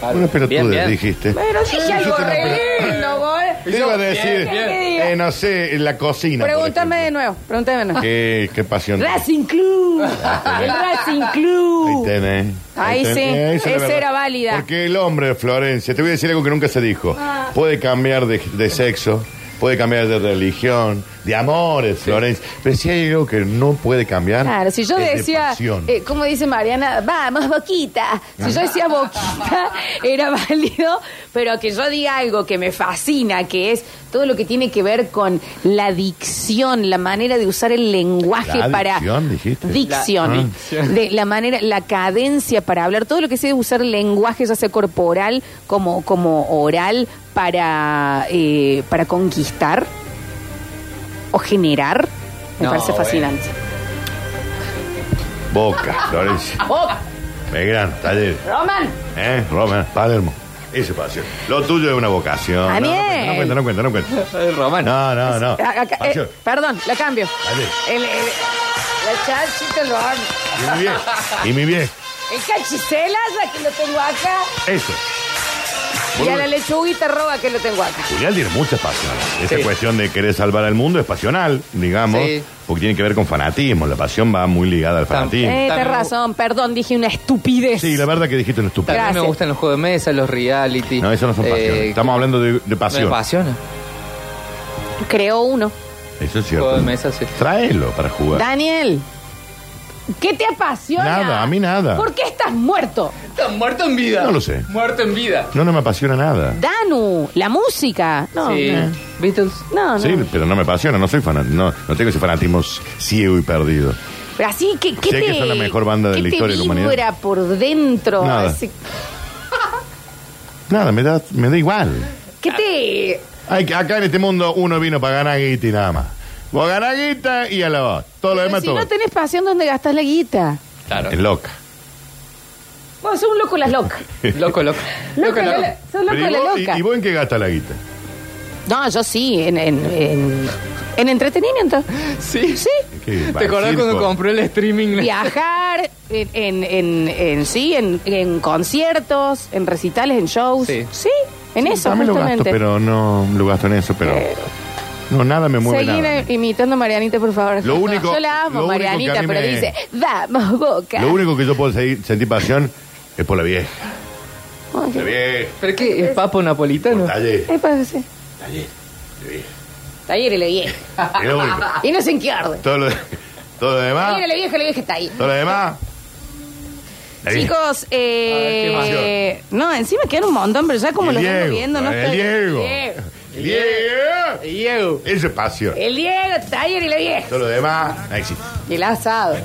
Pasión. Una Bien, pelotuda, bien. dijiste. Pero dije algo re lindo, vos. Te iba a decir, Bien, bien. eh, no sé, en la cocina. por Pregúntame de ejemplo. nuevo, pregúntame de nuevo. ¿Qué, qué pasión? Racing Club, el Racing Club. Ahí tenés. Ahí sí, tenés. Esa es esa la verdad. era válida. Ah. Porque el hombre de Florencia, te voy a decir algo que nunca se dijo. Puede cambiar de, de sexo, puede cambiar de religión, de amores, Florencia. Pero si hay algo que no puede cambiar. Claro, si yo Ah, es de decía, pasión. eh, como dice Mariana, vamos, boquita. Si yo decía boquita, era válido, pero que yo diga algo que me fascina, que es todo lo que tiene que ver con la dicción, la manera de usar el lenguaje La para. dicción, dijiste. Dicción. La- De la manera, la cadencia para hablar, todo lo que sea usar el lenguaje, ya sea corporal como, como oral, para, eh, para conquistar o generar, me No, parece bueno. fascinante. Boca, Florencia. Boca. Belgrano, Taller. Roman, ¿Eh? Roma, Palermo. Ese pasión. Lo tuyo es una vocación. No, No, Daniel. cuenta, no cuenta, no cuenta. No, cuenta. Ay, Román. no, no. no. a- acá- eh, Pasión. perdón, la cambio. Dale. El, el- la chanchita lo amo. Y mi vieja. Y mi vieja. El cachicela, ya que lo tengo acá. Eso. Y a la lechuguita roba que lo tengo acá. Julián tiene muchas pasiones. Esa Sí. cuestión de querer salvar al mundo es pasional, digamos, Sí. porque tiene que ver con fanatismo. La pasión va muy ligada al fanatismo. Eh, tenés También- razón, perdón, dije una estupidez. Sí, la verdad que dijiste no estúpido. También Gracias. me gustan los juegos de mesa, los reality. No, eso no son Eh, pasiones. Estamos hablando de, de Me pasión. apasiona. Creo uno. Eso es Juegos cierto. de mesa, sí. Tráelo para jugar. Daniel, ¿Qué te apasiona? Nada, a mí nada. ¿Por qué estás muerto? Está muerto en vida. No lo sé. Muerto en vida. No, no me apasiona nada. Danu, la música. No, sí. Beatles. no, no. Sí, pero no me apasiona, no soy fanático, no, no tengo ese fanatismo ciego y perdido. Pero así que ¿qué Sé que te- son la mejor banda de qué la te historia de la humanidad. vibra por dentro. Nada. Así- Nada, me da, me da igual. ¿Qué te Hay, que- acá en este mundo uno vino para ganar guita y nada más. Vos ganás guita y a la voz. Todo lo Pero demás si todo. no tenés pasión donde gastás la guita. Claro. Es loca. Vos sos un loco de las locas. Loco, loco. Loco, de la- sos loco Pero de ¿y, la vos, loca. y- y vos en qué gastas la guita? No, yo sí, en, en, en, en entretenimiento. Sí. Sí. ¿Qué? ¿Te ¿Va al acordás circo? cuando compré el streaming? Viajar, en, en, en, en- sí, en, en conciertos, en recitales, en shows. Sí, Sí. en eso, También lo gasto, justamente. pero no lo gasto en eso, pero. No, nada me mueve Seguir nada. eh, imitando a Marianita, por favor. Lo único- Yo la lo amo, único que Marianita, a mí pero me- dice, vamos, boca. Lo único que yo puedo seguir- sentir pasión es por la vieja. La vieja. ¿Pero qué? ¿Es papo napolitano? Taller. Eh, pues, sí. Está ahí, y la vieja. Es lo único. Ah. Y no sé en qué orden. Todo lo, todo lo demás. Ahí la vieja, la vieja está ahí. Todo lo demás. La vieja. Chicos, A ver, eh, no, encima quedan un montón, pero ya como el lo Diego, estamos viendo, no el está- Diego. Diego. El Diego. Diego. Eso es pasión. El Diego, Taller y la vieja. Todo lo demás. No existe. Y el asado.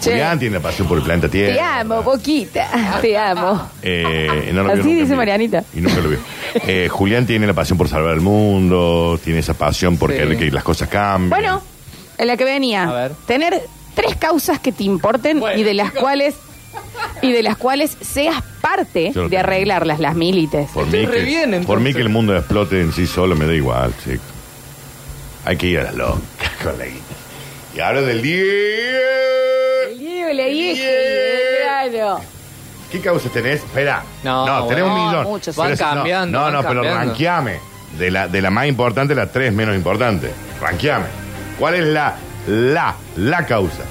Julián tiene pasión por el planeta Tierra. Te amo, Boquita. Te amo. Eh, no lo Así vio nunca en dice vivo. Marianita. Y nunca lo vio. Eh, Julián tiene la pasión por salvar el mundo, tiene esa pasión por Sí. querer que las cosas cambien. Bueno, en la que venía. A ver. Tener tres causas que te importen Bueno, y de las chicos. cuales y de las cuales seas parte Yo lo de tengo. arreglarlas, las milites. por estoy mí, re que, bien, entonces. por mí que el mundo explote en sí solo me da igual, chico. Hay que ir a las locas con la guita. Y ahora del El 10. Diego y la vieja. Yeah. y el grano. ¿Qué causas tenés? Espera. No, no tenés bueno. un millón. No, muchos. Pero Van es- no, cambiando, No, van no, pero cambiando. ranqueame. De la, de la más importante a la tres menos importante. Ranqueame. ¿Cuál es la, la, la causa?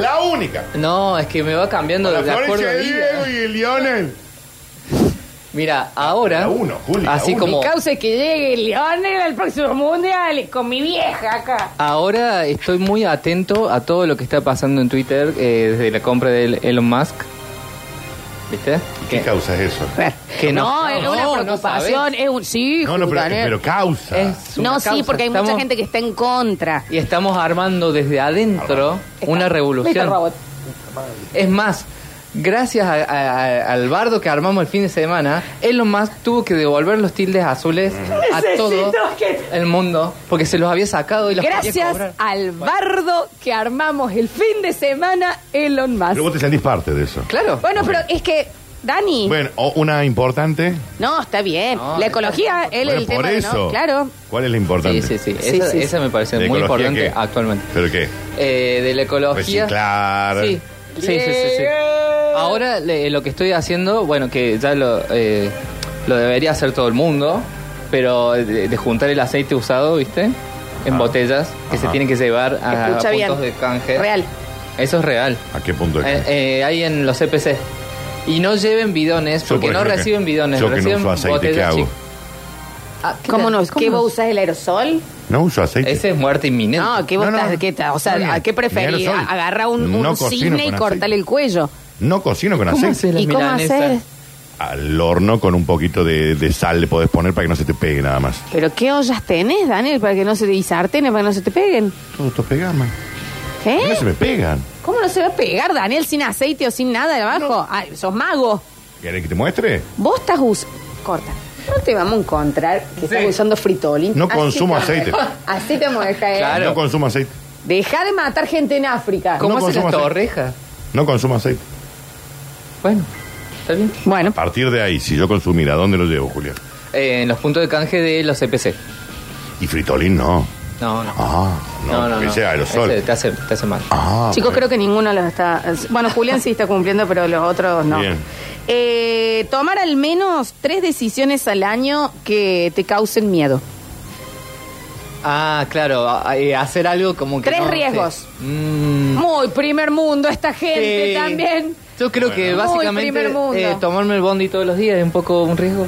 La única. No, es que me va cambiando La de acuerdo Florencia a de Diego vida. y el Lionel. Mira, ahora. La uno, Juli, la así uno. como. Mi causa es que llegue el Leonel al próximo mundial y con mi vieja acá. Ahora estoy muy atento a todo lo que está pasando en Twitter eh, desde la compra de Elon Musk. ¿Viste? ¿Qué Que- causa es eso? que No, no, es no, una no preocupación, es un sí. No, no, pero, Daniel. pero causa. Es una no, sí, causa. porque hay mucha Estamos- gente que está en contra. Y estamos armando desde adentro una Mr. revolución. Robot. Es más, gracias a- a- a- al bardo que armamos el fin de semana, Elon Musk tuvo que devolver los tildes azules a todo el mundo porque se los había sacado y los podía Gracias cobrar. al bardo que armamos el fin de semana, Elon Pero vos Musk. te sentís parte de eso. Claro. Bueno, pero es que, Dani, Bueno, o una importante. no, está bien. No, está la ecología, él Bueno, el por tema de no, eso. claro. ¿Cuál es la importante? Sí, sí, sí. Sí, Esa, sí, esa me parece ¿De muy ecología importante qué? actualmente. ¿Pero qué? Eh, de la Pues ecología. Reciclar. Sí. Sí, sí, sí, sí. Ahora le- eh, lo que estoy haciendo, bueno, que ya lo, eh, lo debería hacer todo el mundo, pero de, de juntar el aceite usado, ¿viste? En botellas que se Ajá. tienen que llevar a, Escucha Ah, puntos bien. de canje. Real. Eso es real. ¿A qué punto? Eh, eh, hay en los CPC. Y no lleven bidones, Yo, porque por no ejemplo, que- reciben bidones, yo que no reciben uso aceite, ¿qué botellas hago? chicas. Ah, ¿qué ¿Cómo te- no? ¿Qué vos usás el aerosol? No uso aceite. Ese es muerte inminente. No, ¿qué vos Eh, No, no, estás- no. qué ta- O sea, No, ni- ¿a qué ni preferís? aerosol. Agarrar un, un No cocino cisne y con cortarle aceite. el cuello. No cocino con ¿Cómo aceite. haces las ¿Y cómo milanesas? hacer? Al horno con un poquito de, de sal le podés poner para que no se te pegue nada más. ¿Pero qué ollas tenés, Daniel, para que no se te... y sartenes para que no se te peguen? Todo esto pegama. No ¿Eh? se me pegan. ¿Cómo no se va a pegar, Daniel, sin aceite o sin nada de abajo? Ay, sos mago. ¿Querés que te muestre? Vos estás usando... Corta. No te vamos a encontrar que estás usando fritolín. No Así consumo te vamos a aceite. dejar. Así te vamos a dejar. ¿eh? Claro. No consumo aceite. Deja de matar gente en África. ¿Cómo No hacen consumo las aceite. torrejas? No consumo aceite. Bueno, está bien. Bueno, A partir de ahí, si yo consumiera, ¿a dónde lo llevo, Julián? Eh, en los puntos de canje de los CPC. Y fritolín no. No, no. Ah, no, no, no. que no. sea aerosol. Ese te, hace, te hace mal. Ah, chicos, bueno. creo que ninguno los está... Bueno, Julián sí está cumpliendo, pero los otros no. Bien. Eh, tomar al menos tres decisiones al año que te causen miedo. Ah, claro. a- eh, hacer algo como que. Tres no, riesgos. sí. Mm, Muy primer mundo esta gente sí. también. Yo creo que Bueno. Muy básicamente primer mundo. eh, tomarme el bondi todos los días es un poco un riesgo.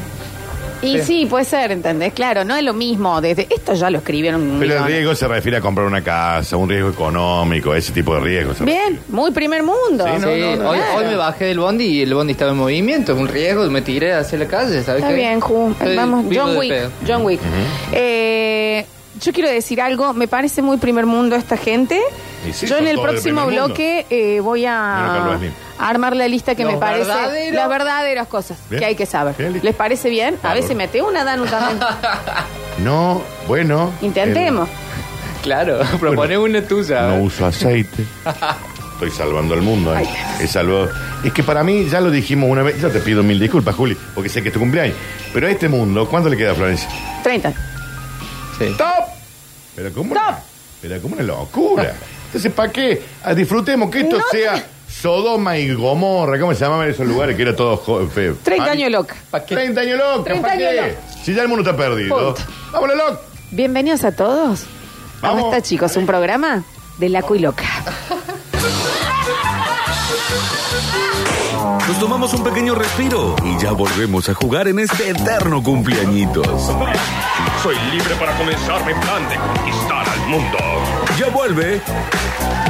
Y sí. puede ser, ¿entendés? Claro, no es lo mismo. Desde esto ya lo escribieron. un Pero el millón. riesgo se refiere a comprar una casa, un riesgo económico, ese tipo de riesgos. se Bien, muy primer mundo. Sí, no, Sí, no, no, hoy, claro. hoy me bajé del bondi y el bondi estaba en movimiento, es un riesgo, me tiré hacia la calle, ¿sabes Está qué? bien, Ju. Estoy Vamos, vivo John de Wick. pedo. John Wick. Eh, yo quiero decir algo, me parece muy primer mundo esta gente. Y sí, yo son en el todos del próximo primer mundo. bloque eh, voy Menos a Carlos Slim. armar la lista que Los me parece verdaderos- las verdaderas cosas Bien. que hay que saber. Bien, listo. ¿Les parece bien? A Bárbaro. veces mete una, dan un también. refiere. No, bueno. Intentemos. Claro, proponé una el- tuya. no uso aceite. Estoy salvando el mundo. eh. He salvado- Es que para mí, ya lo dijimos una vez, ya te pido mil disculpas, Juli, porque sé que es tu cumpleaños. Pero a este mundo, ¿cuánto le queda a Florencia? 30. Sí. ¡Top! Pero como una, pero como una locura. Entonces, ¿para qué? Ah, disfrutemos que esto No sea Sodoma y Gomorra. ¿Cómo se llamaban esos lugares que era todo jo- feo? 30 Ay, años loca. ¿Para qué? 30 años locos. 30 ¿pa' años qué? locos. Si ya el mundo está perdido. Punto. Vámonos, loco. Bienvenidos a todos. a Vamos. Basta, chicos, un programa de Laco y Loca. Nos tomamos un pequeño respiro y ya volvemos a jugar en este eterno cumpleañitos. Soy libre para comenzar mi plan de conquistar al mundo. Ya vuelve.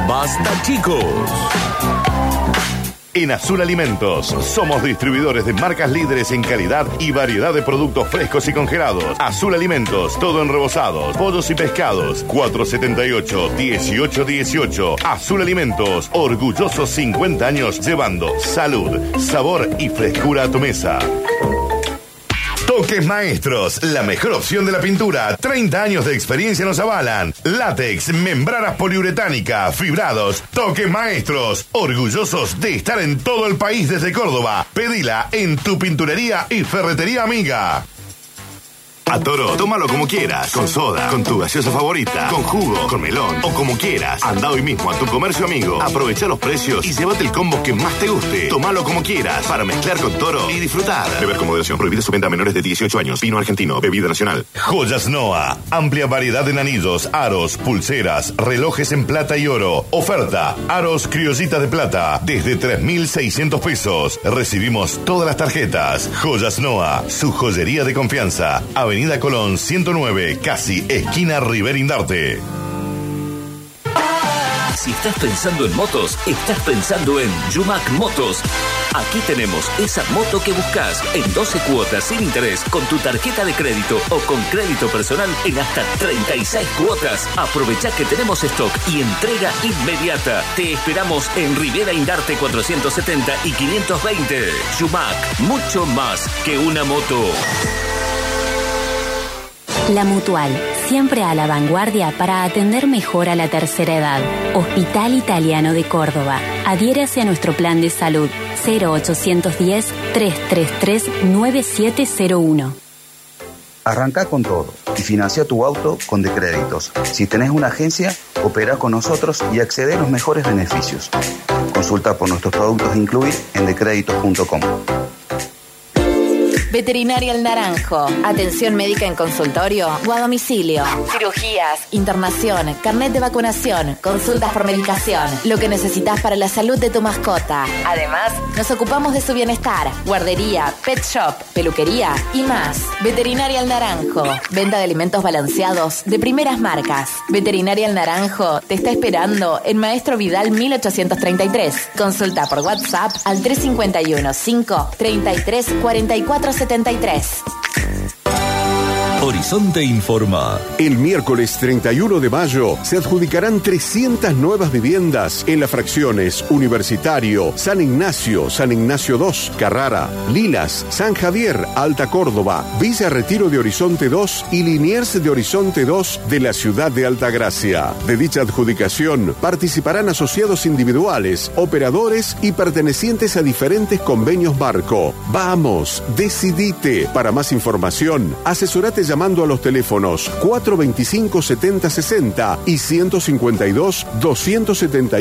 Basta chicos. En Azul Alimentos somos distribuidores de marcas líderes en calidad y variedad de productos frescos y congelados. Azul Alimentos, todo en rebozados, pollos y pescados. 478-1818. Azul Alimentos, orgullosos 50 años llevando salud, sabor y frescura a tu mesa. Toques Maestros, la mejor opción de la pintura. 30 años de experiencia nos avalan. Látex, membranas poliuretánicas, fibrados. Toques Maestros, orgullosos de estar en todo el país desde Córdoba. Pedila en tu pinturería y ferretería amiga. A Toro, tómalo como quieras, con soda, con tu gaseosa favorita, con jugo, con melón o como quieras. Anda hoy mismo a tu comercio amigo, aprovecha los precios y llévate el combo que más te guste. Tómalo como quieras para mezclar con Toro y disfrutar. Beber con moderación, prohibida su venta a menores de 18 años. Vino argentino, bebida nacional. Joyas Noa, amplia variedad en anillos, aros, pulseras, relojes en plata y oro. Oferta, aros criollita de plata, desde 3.600 pesos. Recibimos todas las tarjetas. Joyas Noa, su joyería de confianza. Avenida Colón 109, casi esquina River Indarte. Ah, Si estás pensando en motos, estás pensando en Yumac Motos. Aquí tenemos esa moto que buscas en 12 cuotas sin interés con tu tarjeta de crédito o con crédito personal en hasta 36 cuotas. Aprovecha que tenemos stock y entrega inmediata. Te esperamos en Rivera Indarte 470 y 520. Yumac, mucho más que una moto. La Mutual, siempre a la vanguardia para atender mejor a la tercera edad. Hospital Italiano de Córdoba. Adhiérase a nuestro plan de salud 0810-333-9701. Arranca con todo y financia tu auto con Decréditos. Si tenés una agencia, opera con nosotros y accede a los mejores beneficios. Consulta por nuestros productos incluir en decréditos.com. Veterinaria El Naranjo. Atención médica en consultorio o a domicilio. Cirugías, internación, carnet de vacunación, consultas por medicación. Lo que necesitas para la salud de tu mascota. Además, nos ocupamos de su bienestar. Guardería, pet shop, peluquería y más. Veterinaria El Naranjo. Venta de alimentos balanceados de primeras marcas. Veterinaria El Naranjo te está esperando en Maestro Vidal 1833. Consulta por WhatsApp al 351 5 33 44 73. Horizonte Informa. El miércoles 31 de mayo se adjudicarán 300 nuevas viviendas en las fracciones Universitario, San Ignacio, San Ignacio 2, Carrara, Lilas, San Javier, Alta Córdoba, Villa Retiro de Horizonte 2 y Liniers de Horizonte 2 de la ciudad de Altagracia. De dicha adjudicación participarán asociados individuales, operadores y pertenecientes a diferentes convenios barco. Vamos, decidite. Para más información, asesorate llamando a los teléfonos 425-7060 y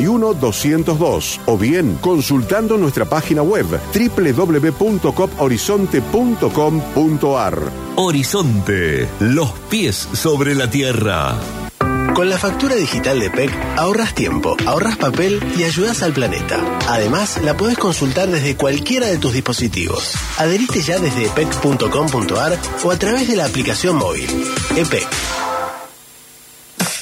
152-271-202 o bien consultando nuestra página web www.cophorizonte.com.ar. Horizonte. Los pies sobre la tierra. Con la factura digital de PEC ahorras tiempo, ahorras papel y ayudas al planeta. Además, la podés consultar desde cualquiera de tus dispositivos. Adherite ya desde pec.com.ar o a través de la aplicación móvil. EPEC.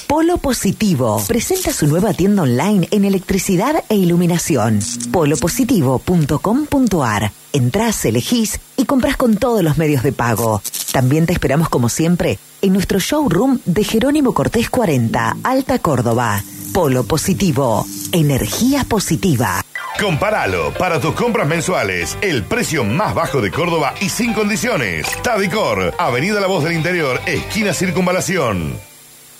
Polo Positivo presenta su nueva tienda online en electricidad e iluminación. polopositivo.com.ar. Entrás, elegís y compras con todos los medios de pago. También te esperamos como siempre en nuestro showroom de Jerónimo Cortés 40, Alta Córdoba. Polo Positivo, energía positiva. Compáralo para tus compras mensuales. El precio más bajo de Córdoba y sin condiciones. Tadicor, Avenida La Voz del Interior, esquina Circunvalación.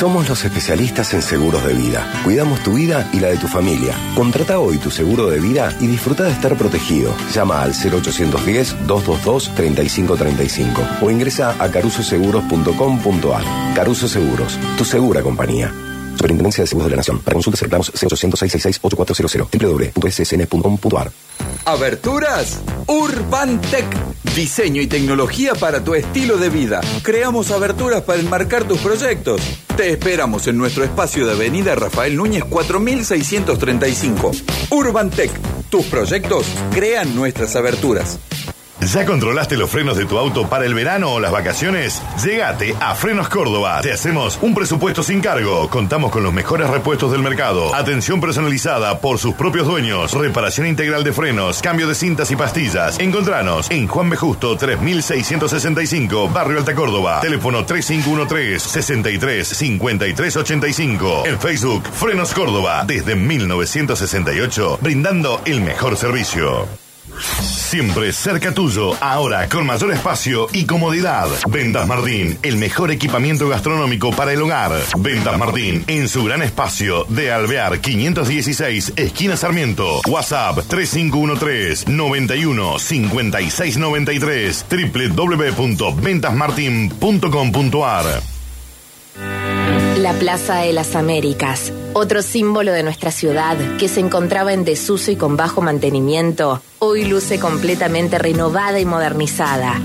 Somos los especialistas en seguros de vida. Cuidamos tu vida y la de tu familia. Contrata hoy tu seguro de vida y disfruta de estar protegido. Llama al 0810-222-3535 o ingresa a carusoseguros.com.ar. Caruso Seguros, tu segura compañía. Superintendencia de Seguros de la Nación. Para consultas reclamos 0800-666-8400 www.ssn.com.ar Aberturas Urban Tech. Diseño y tecnología para tu estilo de vida. Creamos aberturas para enmarcar tus proyectos. Te esperamos en nuestro espacio de Avenida Rafael Núñez 4635. Urban Tech. Tus proyectos crean nuestras aberturas. ¿Ya controlaste los frenos de tu auto para el verano o las vacaciones? Llegate a Frenos Córdoba. Te hacemos un presupuesto sin cargo. Contamos con los mejores repuestos del mercado. Atención personalizada por sus propios dueños. Reparación integral de frenos, cambio de cintas y pastillas. Encontranos en Juan B. Justo 3665, Barrio Alta Córdoba. Teléfono 3513-635385. En Facebook, Frenos Córdoba. Desde 1968, brindando el mejor servicio. Siempre cerca tuyo, ahora con mayor espacio y comodidad. Ventas Martín, el mejor equipamiento gastronómico para el hogar. Ventas Martín, en su gran espacio de Alvear 516, esquina Sarmiento. WhatsApp 3513-915693, www.ventasmartin.com.ar. La Plaza de las Américas, otro símbolo de nuestra ciudad que se encontraba en desuso y con bajo mantenimiento, hoy luce completamente renovada y modernizada.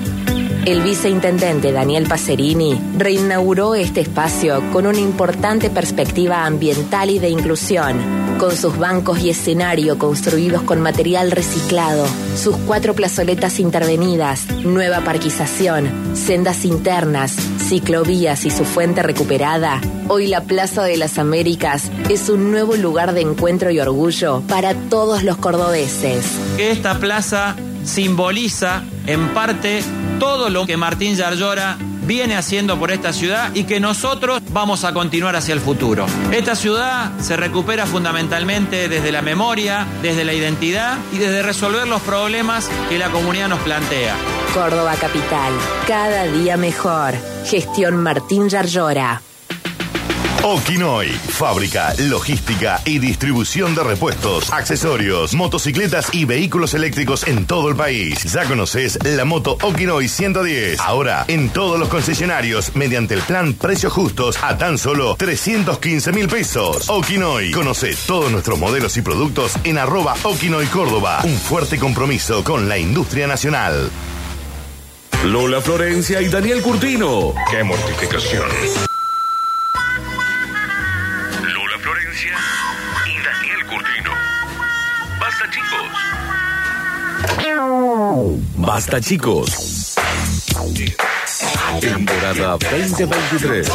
El viceintendente Daniel Pacerini reinauguró este espacio con una importante perspectiva ambiental y de inclusión, con sus bancos y escenario construidos con material reciclado, sus cuatro plazoletas intervenidas, nueva parquización, sendas internas, ciclovías y su fuente recuperada. Hoy la Plaza de las Américas es un nuevo lugar de encuentro y orgullo para todos los cordobeses. Esta plaza simboliza en parte todo lo que Martín Yarlora viene haciendo por esta ciudad y que nosotros vamos a continuar hacia el futuro. Esta ciudad se recupera fundamentalmente desde la memoria, desde la identidad y desde resolver los problemas que la comunidad nos plantea. Córdoba Capital, cada día mejor. Gestión Martín Yarlora. Okinoy, fábrica, logística y distribución de repuestos, accesorios, motocicletas y vehículos eléctricos en todo el país. Ya conoces la moto Okinoy 110. Ahora en todos los concesionarios mediante el plan Precios Justos a tan solo 315 mil pesos. Okinoy, conoce todos nuestros modelos y productos en arroba Okinoy Córdoba. Un fuerte compromiso con la industria nacional. Lola Florencia y Daniel Curtino. ¡Qué mortificación! Lola Florencia y Daniel Curtino. Basta, chicos. Basta, chicos. Temporada 2023.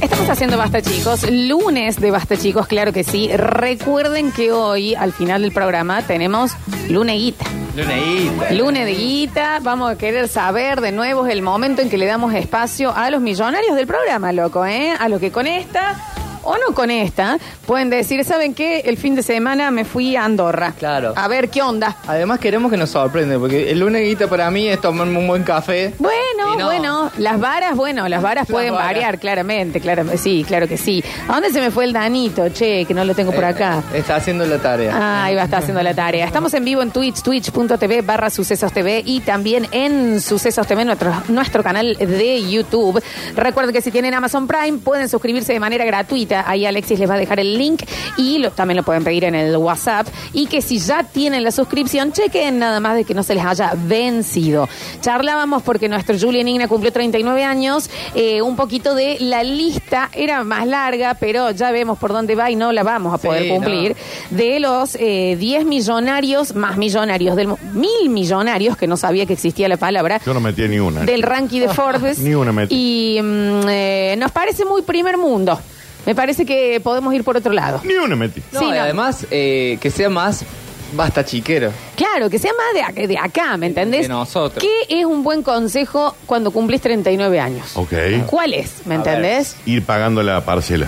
Estamos haciendo Basta Chicos, lunes de Basta Chicos, claro que sí. Recuerden que hoy, al final del programa, tenemos luneguita. Luneguita. Lunes de guita, vamos a querer saber de nuevo es el momento en que le damos espacio a los millonarios del programa, loco, ¿eh? A los que con esta o no con esta pueden decir, ¿saben qué? El fin de semana me fui a Andorra. Claro. A ver qué onda. Además queremos que nos sorprende, porque el lunes guita para mí es tomarme un buen café. Bueno, No, y no. bueno, las varas, bueno, las varas pueden varas. variar, claramente, claro, sí, claro que sí. ¿A dónde se me fue el Danito, che, que no lo tengo por acá? Eh, Está haciendo la tarea. Ah, ahí va, está haciendo la tarea. Estamos en vivo en Twitch, twitch.tv barra Sucesos TV y también en Sucesos TV, nuestro, nuestro canal de YouTube. Recuerden que si tienen Amazon Prime pueden suscribirse de manera gratuita. Ahí Alexis les va a dejar el link y lo- también lo pueden pedir en el WhatsApp. Y que si ya tienen la suscripción, chequen nada más de que no se les haya vencido. Charlábamos porque nuestro Julian Igna cumplió 39 años. eh, un poquito de la lista era más larga, pero ya vemos por dónde va y no la vamos a poder Sí, no. cumplir de los eh, 10 millonarios más millonarios, del, mu- mil millonarios, que no sabía que existía la palabra, Yo no metí ni una. del ranking de Forbes. Ni una metí. Y mm, eh, nos parece muy primer mundo. Me parece que podemos ir por otro lado. Ni una metí. No, Sí, y no. además, eh, que sea más basta chiquero. Claro, que sea más de, ac- de acá, ¿me entendés? De nosotros. ¿Qué es un buen consejo cuando cumplís 39 años? Ok. ¿Cuál es? ¿Me entendés? Ir pagando la parcela.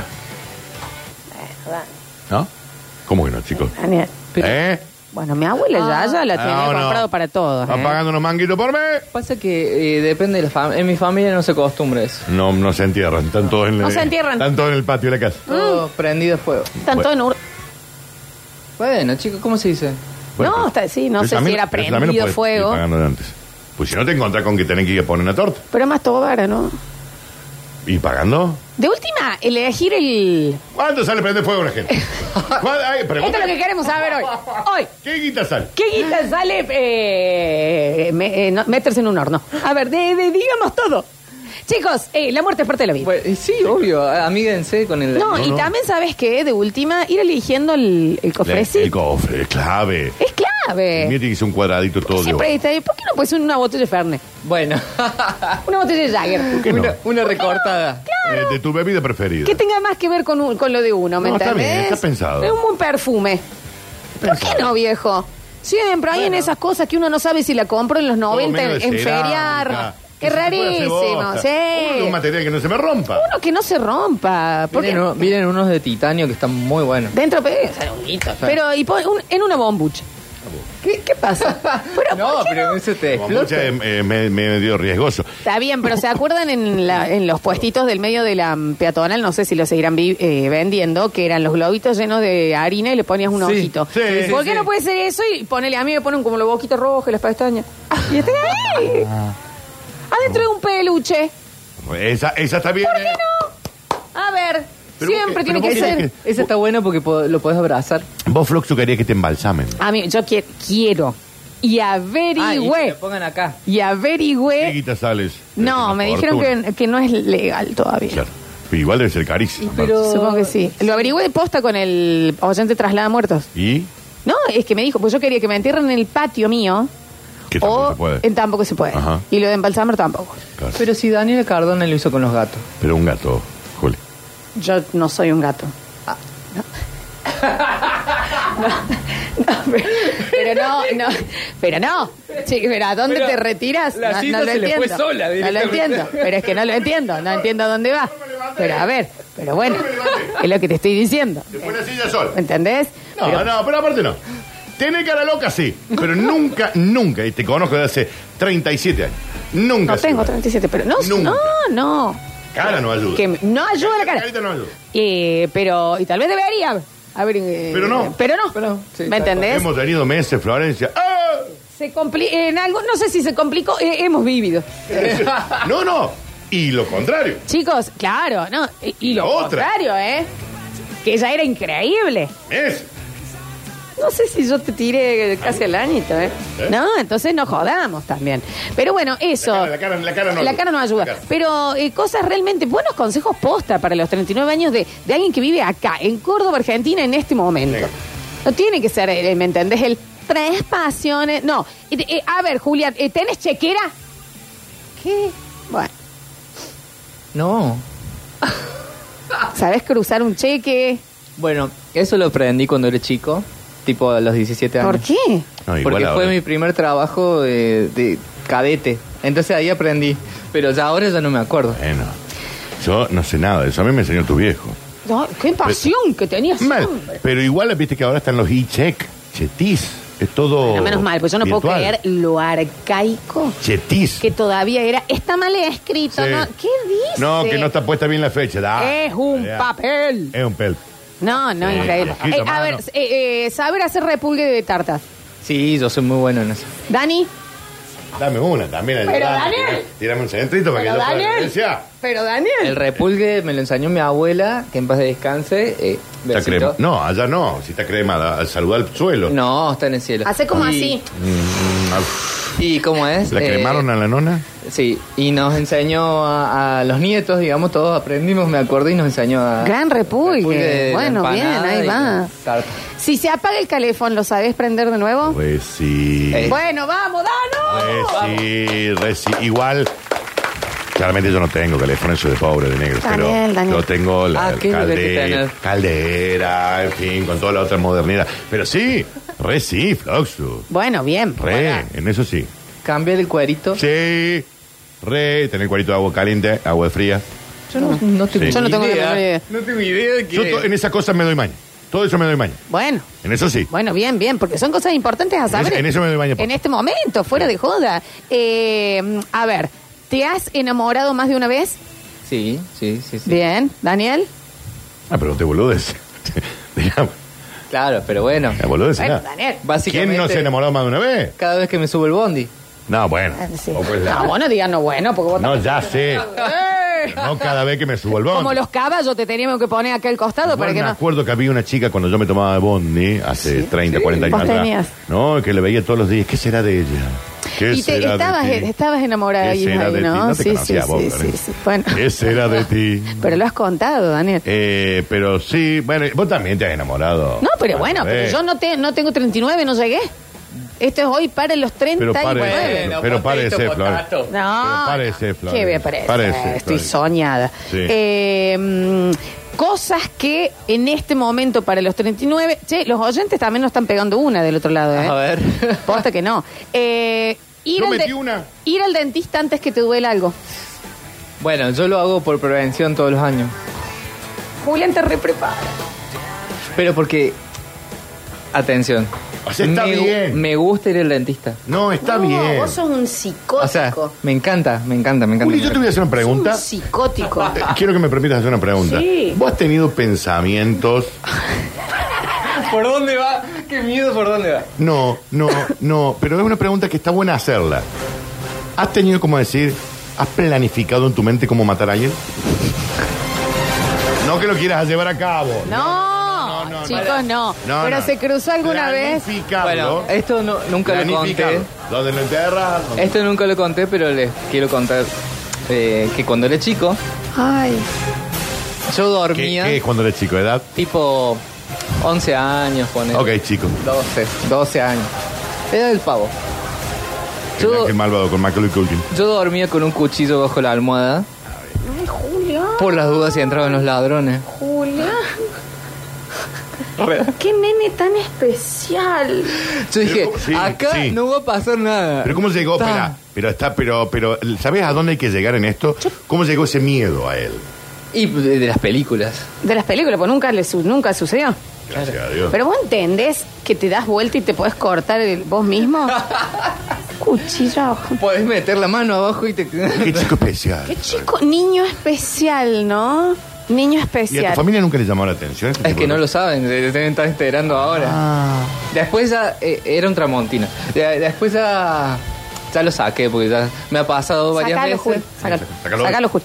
¿No? ¿Cómo que no, chicos? Daniel. ¿Eh? Bueno, mi abuela Ah. ya, ya la tiene No, no. comprado para todos. ¿Están ¿eh? pagando unos manguitos por mes? Pasa que eh, depende de la familia. En mi familia no se acostumbra eso. No, no se entierran. Están todos en, la- No se entierran. Están todos en el patio de la casa. Mm. Todo prendido a fuego. Tanto en Ur- Bueno, chicos, ¿cómo se dice? Bueno, No, está- sí, no pero sé también- si era pero también lo prendido podés ir fuego. pagando de antes. Pues si no te encontrás con que tenés que ir a poner una torta. Pero más todo vara, ¿no? ¿Y pagando? De última, elegir el. ¿Cuánto sale prender fuego a una gente? ¿Cuál- ay, Esto pregunta. es lo que queremos saber hoy. Hoy. ¿Qué guita sale? ¿Qué guita sale eh, me- eh, no, meterse en un horno? A ver, de- de- digamos todo. Chicos, eh, la muerte es parte de la vida. Eh, sí, obvio. a- Amíguense con el. no, y también sabes que de última, ir eligiendo el, el El, cofrecito. cofre, clave. Es clave. Mira, tiene que ser un cuadradito todo de oro. Eh. Siempre está ahí. ¿Por qué no puede ser una botella de Fernet? Bueno. Una botella de Jagger. qué no? Una, una recortada. Eh, de tu bebida preferida. Que tenga más que ver con, un- con lo de uno, ¿me No, está entendés? bien, está pensado. Es un buen perfume. ¿Por qué no, viejo? Siempre hay en esas cosas que uno no sabe si la compro en los 90, medio en, de en cerámica. feriar. Que Es se pueda hacer rarísimo, bosta. sí. Un material que no se me rompa. Uno que no se rompa. Porque Vienen, uno- vienen unos de titanio que están muy buenos. dentro pe- sale un guito. Pero y pon un- en una bombucha. Ah, ¿Qué, qué pasa? Pero, No, ¿por qué pero eso te Como mucha, explota. eh, eh, me- medio riesgoso. Está bien, pero ¿se acuerdan en, la- en los puestitos del medio de la mm, peatonal? No sé si lo seguirán vi- eh, vendiendo, que eran los globitos llenos de harina y le ponías un Sí, ojito. sí, sí, ¿Por qué sí. no puede ser eso? Y ponele, a mí me ponen como los boquitos rojos y las pestañas. Y está ahí. Adentro de un peluche. Esa, esa está bien. eh. A ver, Pero siempre vos que- tiene pero que vos ser. querés Ese está bueno porque po- lo podés abrazar. Vos, Flox, tú querías que te embalsamen. A mí, yo qui- quiero. Y Ah, y que le averigüé. pongan acá. y ¿Qué averigüé. guita sales? No, me dijeron que, que no es legal todavía. Claro. Pero Igual debe ser carísimo. Pero. Supongo que sí. Lo averigüé de posta con el oyente traslada muertos. ¿Y? No, es que me dijo, pues yo quería que me entierren en el patio mío. Que tampoco o se puede. En tampoco se puede. Ajá. Y lo de embalsamar tampoco. Claro. Pero si Daniel Cardona lo hizo con los gatos. Pero un gato, Eh, Juli. Yo no soy un gato. No. No, pero, pero no, no, pero no. Che, pero ¿a dónde Pero te retiras? la No- no, cita lo se le fue entiendo. sola no lo directamente. entiendo, pero es que no lo entiendo, no entiendo a dónde va. Pero a ver, pero bueno, es lo que te estoy diciendo. Te pone silla sol. ¿Me entendés? No, Pero- no, pero aparte no. Tiene cara loca, sí. Pero nunca, nunca, y te conozco desde hace 37 años. Nunca. No se tengo va. 37, pero no, Nunca. no, no. Cara no ayuda. Que no ayuda la cara. Carita no ayuda. Eh, pero, y tal vez debería. A ver, eh, Pero no. Pero no. ¿Me entendés? Hemos tenido meses, Florencia. ¡Ah! Se compli- en algo, no sé si se complicó, eh, hemos vivido. No, no. Y lo contrario. Chicos, claro, no. Y, y lo La otra. contrario, ¿eh? Que ya era increíble. Es. No sé si yo te tiré casi al añito, ¿eh? ¿Eh? No, entonces nos jodamos también. Pero bueno, eso. La cara, la cara no La cara no ayuda. La cara. Pero eh, cosas realmente, buenos consejos posta para los 39 años de, de alguien que vive acá, en Córdoba, Argentina, en este momento. Venga. No tiene que ser, eh, ¿me entendés? El tres pasiones. No. Eh, eh, a ver, Julián, eh, ¿tenés chequera? ¿Qué? Bueno, No. Ah. ¿sabés cruzar un cheque? Bueno, eso lo aprendí cuando era chico, tipo a los 17 años. ¿Por qué? No, igual Porque ahora. fue mi primer trabajo eh, de cadete. Entonces ahí aprendí. Pero ya ahora ya no me acuerdo. Bueno. Yo no sé nada de eso. A mí me enseñó tu viejo. No, ¡Qué pasión que tenías! Mal. hombre. Pero igual, viste que ahora están los e-check, chetis. Es todo. Bueno, menos mal, pues yo no puedo virtual. creer lo arcaico Chetis. que todavía era. Está mal escrito, Sí. ¿no? ¿Qué dice? No, que no está puesta bien la fecha. da. Es un Ya. Eh, papel. Es un pel. No, no, Sí, increíble. escrito Eh, a a mano. ver, eh, eh, saber hacer repulgue de tartas. Sí, yo soy muy bueno en eso. Dani, Dame una también. Pero, ayúdame. Daniel. Tírame un centrito para que Pero, yo pueda Daniel. referenciar. pero Daniel. El repulgue me lo enseñó mi abuela, que en paz descanse. Eh, Está besito. crema. No, allá no. Si está cremada, al saludar al suelo. No, está en el cielo. Hace como Y- así. Mm, au. ¿Y cómo es? ¿La Eh, cremaron a la nona? Sí, y nos enseñó a, a los nietos, digamos, todos aprendimos, me acuerdo, y nos enseñó a... Gran repulgue. Ah, de la bueno, bien, empanada ahí y va. tarta. Si se apaga el calefón, ¿lo sabes prender de nuevo? Pues sí. Bueno, vamos, Dano. Pues sí, re sí. Igual. Claramente yo no tengo teléfono, eso de pobre, de negro, pero Daniel, Daniel. yo tengo la Ah, la ¿qué es lo que hay que calde- tener? caldera, en fin, con toda la otra modernidad. Pero sí, re sí, Floxu. Bueno, bien. Re, en eso sí. Cambiar el cuadrito. Sí, re, tener cuadrito de agua caliente, agua fría. Yo no, no tengo Sí. Yo no tengo idea. la menor idea. No tengo idea de Yo to- en esas cosas me doy maña. Todo eso me doy maña. Bueno, En eso sí. bueno, bien, bien, porque son cosas importantes a saber. eso- en eso me doy baño, por En este momento, fuera de joda. Eh, a ver, ¿te has enamorado más de una vez? Sí, sí, sí, sí. Bien, Daniel. Ah, pero te boludes. Digamos, Claro, pero bueno. te boludes. Bueno, nada. Daniel. ¿Quién no se enamoró más de una vez? Cada vez que me subo el bondi. No, bueno. Ah, Sí. O pues la- No, vos no digas no bueno, porque vos No, ya sé. ¡Eh! No cada vez que me subo al bondi. Como los caballos te teníamos que poner acá al costado para Bueno, que me no. acuerdo que había una chica cuando yo me tomaba de bondi hace 30, 40 años Vos atrás. tenías. No, que le veía todos los días. ¿Qué será de ella? ¿Qué Y te, será estabas, e-, de ti? estabas enamorada ¿Qué ahí, será ahí, de ti? ¿no? No te sí, sí, conocía vos, sí, Florencia. sí, sí. Bueno, ¿Qué será de ti? pero lo has contado, Daniel. Eh, pero sí, bueno, vos también te has enamorado. No, pero bueno, Eh, pero yo no, te, no tengo 39, no llegué. Esto es hoy para los 30 Pero y parece, nueve. pero parece, Flor. No, Pero parece, Flor. ¿qué me parece? Parece, Estoy Flor. soñada. Sí. Eh, mm, cosas que en este momento para los 39... Che, los oyentes también nos están pegando una del otro lado, ¿eh? A ver. Posta que no. Eh, ir, Yo al metí de- una. ir al dentista antes que te duela algo. Bueno, yo lo hago por prevención todos los años. Julián te reprepara. Pero porque... Atención. sea, está me, gu- bien. me gusta ir al dentista. No, está bien. Vos sos un psicótico. O sea, me encanta, me encanta, me encanta. Juli, yo te voy a hacer una pregunta. Sos un psicótico. Eh, Quiero que me permitas hacer una pregunta. Sí. ¿Vos has tenido pensamientos? ¿Por dónde va? Qué miedo, ¿por dónde va? No, no, no, pero es una pregunta que está buena hacerla. ¿Has tenido como decir, has planificado en tu mente cómo matar a alguien? No que lo quieras llevar a cabo. No, chicos, no. No, Pero no. se cruzó alguna vez. Bueno, esto no- nunca lo Planificarlo. conté. ¿Dónde lo enterras? ¿Dónde- Esto nunca lo conté, pero les quiero contar eh, que cuando era chico, Ay. yo dormía ¿Qué es cuando eres chico? ¿Edad? tipo 11 años, pone. Ok, chico. 12, 12 años. Era del pavo. Yo, Qué malvado con Michael Culkin. yo dormía con un cuchillo bajo la almohada Ay, Julián, por las dudas si entraban los ladrones. Julián. Qué nene tan especial. Yo dije, sí, acá sí. no va a pasar nada. Pero ¿cómo llegó? Tan. Espera, pero está, pero, pero, ¿sabes a dónde hay que llegar en esto? ¿Cómo llegó ese miedo a él? Y de, de las películas. De las películas, pues nunca le su- nunca sucedió. Gracias a Dios. Pero vos entendés que te das vuelta y te podés cortar el- vos mismo. Cuchillo. abajo. Podés meter la mano abajo y te... Qué chico especial. Qué chico, niño especial, ¿no? Niño ¿Y a especial. tu familia nunca le llamó la atención? este Es tipo que de no cosas? lo saben, se deben estar enterando ahora. Después ya eh, era un tramontino. Ya- después ya, ya lo saqué, porque ya me ha pasado varias Sácalo, veces. Juli. Sácalo. Sácalo. Sácalo, Juli.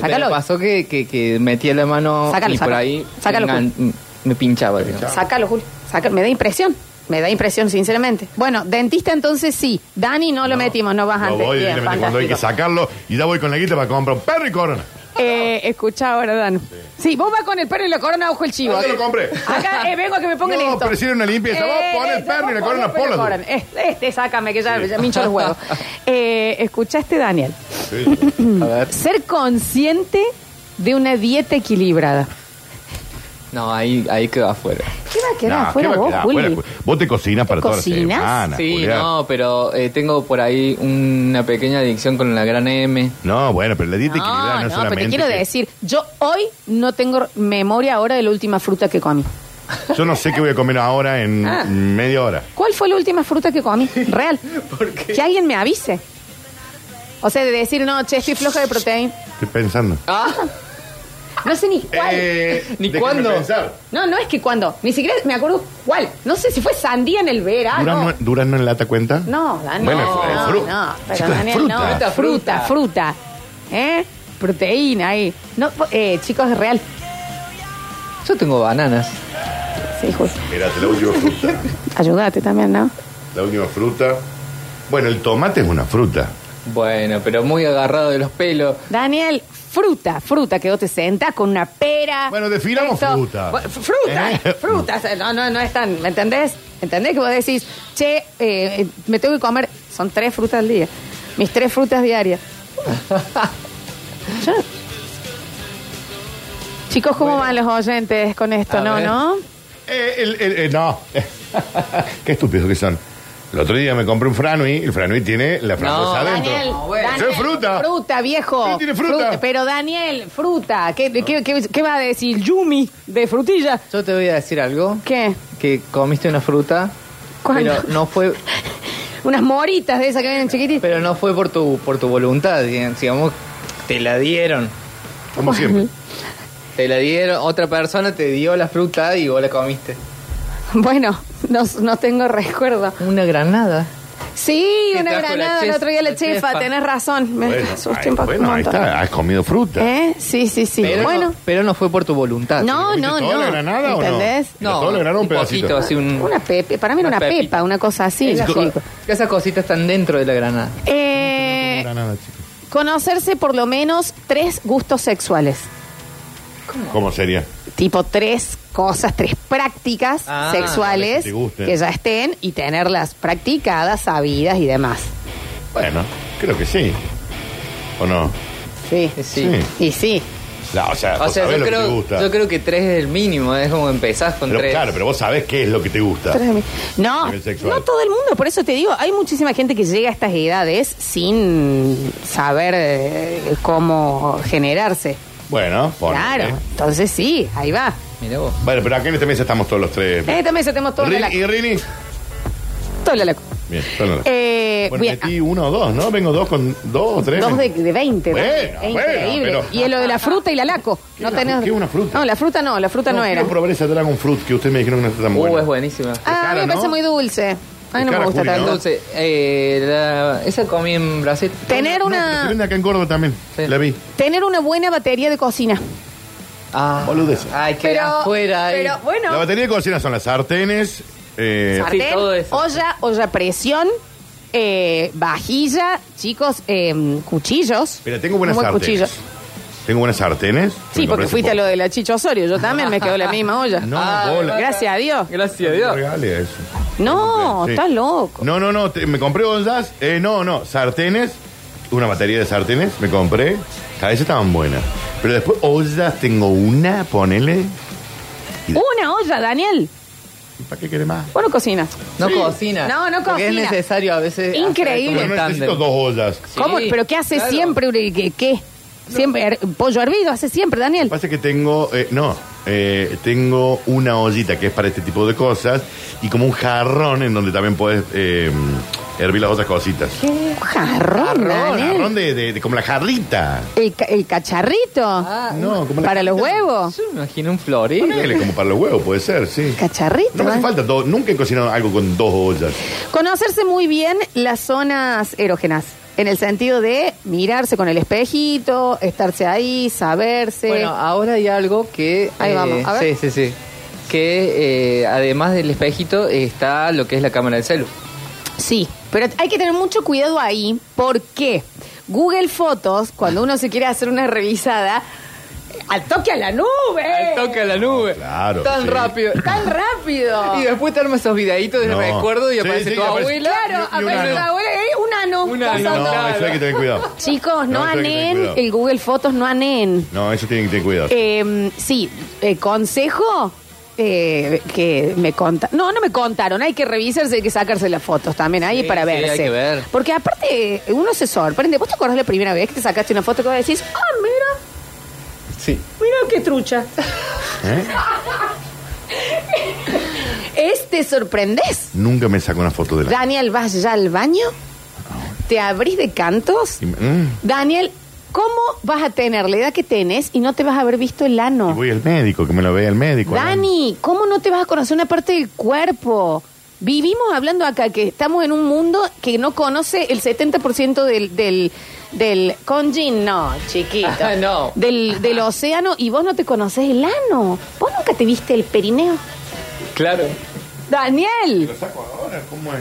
Sácalo. Me pasó que, que, que metía la mano Sácalo, y por sácalo. ahí Sácalo, me, engan- mm, me pinchaba. digamos. Sácalo, Julio. Sácalo. Me da impresión. Me da impresión, sinceramente. Bueno, dentista entonces sí. Dani no lo metimos, no vas Lo antes. voy Bien, directamente cuando hay que fantástico. sacarlo y ya voy con la guita para comprar un perro y corona. Eh, escucha ahora, Dan. Sí. vos vas con el perro y la corona ojo el chivo. ¿Dónde lo compré? Acá eh, vengo a que me pongan No, esto. pero si era una limpieza. Vos pon el Eh, eso, perro vos y la pon corona, el perro y la ponla corona. Eh, Este, sácame, que ya, ya me hincho los huevos. Eh, ¿Escuchaste, Daniel? Mm. Ser consciente de una dieta equilibrada. No, ahí, ahí quedó afuera. ¿Qué va a quedar Nah, afuera ¿qué va a vos, quedar Juli? afuera? Vos te cocinas para toda la cocinas? semana, sí, Julián. no, pero eh, tengo por ahí una pequeña adicción con la gran M. No, bueno, pero la dieta equilibrada no, es pero te solamente quiero que- decir, yo hoy no tengo memoria ahora de la última fruta que comí. Yo no sé qué voy a comer ahora en Ah. media hora. ¿Cuál fue la última fruta que comí? Real. Que alguien me avise. O sea, de decir, no, che, estoy floja de proteína. Estoy pensando. No sé ni Ah, cuál. ¿Ni cuándo? Pensar. No, no es que cuándo. Ni siquiera me acuerdo cuál. No sé si fue sandía en el verano. ¿Durazno, durazno en lata cuenta? Ah, No, Daniel. Bueno, no, es- es fruta. no, pero Chicos, es Daniel, fruta. no. Fruta, Fruta, fruta, ¿Eh? Proteína ahí. No, po- eh, chicos, es real. Yo tengo bananas. Sí, justo. Espérate, la última fruta. Ayúdate también, ¿no? La última fruta. Bueno, el tomate es una fruta. Bueno, pero muy agarrado de los pelos. Daniel, fruta, fruta, que vos te sentás con una pera. Bueno, definamos fruta. Fruta, ¿Eh? fruta. No, no, no es tan, ¿me entendés? ¿Entendés que vos decís, che, eh, eh, me tengo que comer, son tres frutas al día, mis tres frutas diarias. Yo no- Chicos, ¿cómo van los oyentes con esto? A no, ver. ¿no? Eh, el- el- eh, no. Qué estúpidos que son. El otro día me compré un franui. El franui tiene la frambuesa adentro. Daniel, Daniel, Eso es fruta. Fruta, viejo. Sí, tiene fruta. Pero Daniel, fruta. ¿Qué, qué- qué- qué va a decir? Yumi, de frutilla. Yo te voy a decir algo. ¿Qué? Que comiste una fruta. ¿Cuándo? Pero no fue, Unas moritas de esas que vienen chiquititas. pero no fue por tu, por tu voluntad, digamos, te la dieron. Como siempre. Te la dieron, otra persona te dio la fruta y vos la comiste. Bueno, no, no tengo recuerdo. Una granada. Sí, ¿Qué una trajo la granada. El chef- otro día la la chefa, chefa? tenés razón. Me Bueno, asusté ahí, un poco, bueno, un ahí montón. está. Has comido fruta. ¿Eh? Sí, sí, sí. Pero, bueno. no, pero no fue por tu voluntad. No, no, no. toda la granada o no? ¿Entendés? ¿Era toda la granada o un pedacito? poquito, así un- Una pepe. Para mí era una, Una pepa, pepita. una cosa así. Esas chico. co- esas cositas están dentro de la granada. Eh, conocerse por lo menos tres gustos sexuales. ¿Cómo sería? Tipo tres cosas, tres prácticas Ah, sexuales que te gusten. que ya estén y tenerlas practicadas, sabidas y demás. Bueno, creo que sí. ¿O no? Sí. Sí. Y sí. No, o sea, O vos sea, yo sabés lo que te creo, gusta. yo creo que tres es el mínimo, es como empezás con Pero tres. claro, pero vos sabés qué es lo que te gusta. Tres de mí. No, Nivel sexual. no todo el mundo, por eso te digo, hay muchísima gente que llega a estas edades sin saber eh, cómo generarse. Bueno, ponle. Claro, entonces sí, ahí va. Mira vos. Bueno, pero acá en esta mesa estamos todos los tres. Eh, también se tenemos todo Rini- la ¿Y Rini? Todo la Bien, todos los- Eh, Bueno, bien, metí uno o dos, ¿no? Vengo dos con dos o tres. dos de, de 20. ¿no? Bueno, es bueno, increíble. pero- Y es lo de la fruta y la laco. No tenés... ¿Qué es una fruta? No, la fruta no, la fruta no, era. Quiero probar esa dragon fruit que ustedes me dijeron que no está tan buena. Uh, es buenísima. Ah, a mí me cara, parece ¿no? muy dulce. Ay, no me gusta tanto. Entonces, eh, la- esa comí en Brasil. Tener Se una, vende acá en Córdoba también. La vi. tener una buena batería de cocina. Ah, Boludez. Ay, que Pero- afuera. ahí. Pero bueno. La batería de cocina son las sartenes. Eh, sartén, olla, olla a presión, eh, vajilla, chicos, eh, cuchillos. Mira, tengo buenas Un buen sartenes. cuchillo. Tengo buenas sartenes. Sí, porque fuiste a lo de la Chicho Osorio, yo también me quedó la misma olla. No, bola. Gracias a Dios. Gracias a No regales eso. No, Sí. estás loco. No, no, no. te- me compré ollas. Eh, no, no. Sartenes. Una batería de sartenes. Me compré. Cada vez estaban buenas. Pero después ollas tengo una, ponele. Una olla, Daniel. ¿Y ¿Para qué querés más? Bueno, cocina. No cocina. No, no Porque cocina. es necesario a veces. hacer Increíble. como Pero un no necesito tándem. dos ollas. ¿Cómo? ¿Pero qué hace claro. siempre? Uri? ¿Qué? qué? Siempre, her- pollo hervido hace siempre, Daniel. Pasa que tengo, eh, no, eh, tengo una ollita que es para este tipo de cosas y como un jarrón en donde también puedes eh, hervir las otras cositas. ¿Qué? Jarrón, Jarrón, Daniel. jarrón de, de- de- como la jarrita. El, ca- el cacharrito. no, Ah, como la Ah, Para los huevos. Me imagino un florido. Ponele, como para los huevos, puede ser, sí. Cacharrito. ¿eh? No me hace falta dos, nunca he cocinado algo con dos ollas. Conocerse muy bien las zonas erógenas. En el sentido de mirarse con el espejito, estarse ahí, saberse. Bueno, ahora hay algo que. Ahí eh, vamos, a ver. Sí, sí, sí. Que eh, además del espejito está lo que es la cámara del celu. Sí, pero hay que tener mucho cuidado ahí porque Google Fotos, cuando uno se quiere hacer una revisada, al toque a la nube. Toca la nube. Claro. Tan sí. rápido. Eh. Tan rápido. Y después te armas esos videitos de No. recuerdo y Sí, aparece sí, tu aparece- abuela. Claro, Y- y un aparece ano. la abuela, eh, un ano. Un ano, pasando. No, eso hay que tener cuidado. Chicos, no, No, eso hay que tener aneen cuidado. el Google Fotos, no aneen. No, eso tienen que tener cuidado. Eh, sí, eh, consejo eh, que me conta. No, no me contaron. Hay que revisarse, hay que sacarse las fotos también ahí Sí, para sí, verse. hay que ver. Porque aparte eh, uno se sorprende. ¿Vos te acordás la primera vez que te sacaste una foto que vos decís, ah, mira, Sí. mira qué trucha? ¿Eh? Es, te sorprendes. Nunca me saco una foto de la. Daniel, vas ya este al baño, te abrís de cantos. Mm, Daniel, ¿cómo vas a tener la edad que tenés y no te vas a haber visto el ano? voy al médico, que me lo vea el médico. Dani, ¿cómo no te vas a conocer una parte del cuerpo? Vivimos hablando acá que estamos en un mundo que no conoce el 70% del, del, del conjin, no, chiquito. No. Del, del océano y vos no te conoces el ano. Vos nunca te viste el perineo. Claro. Daniel.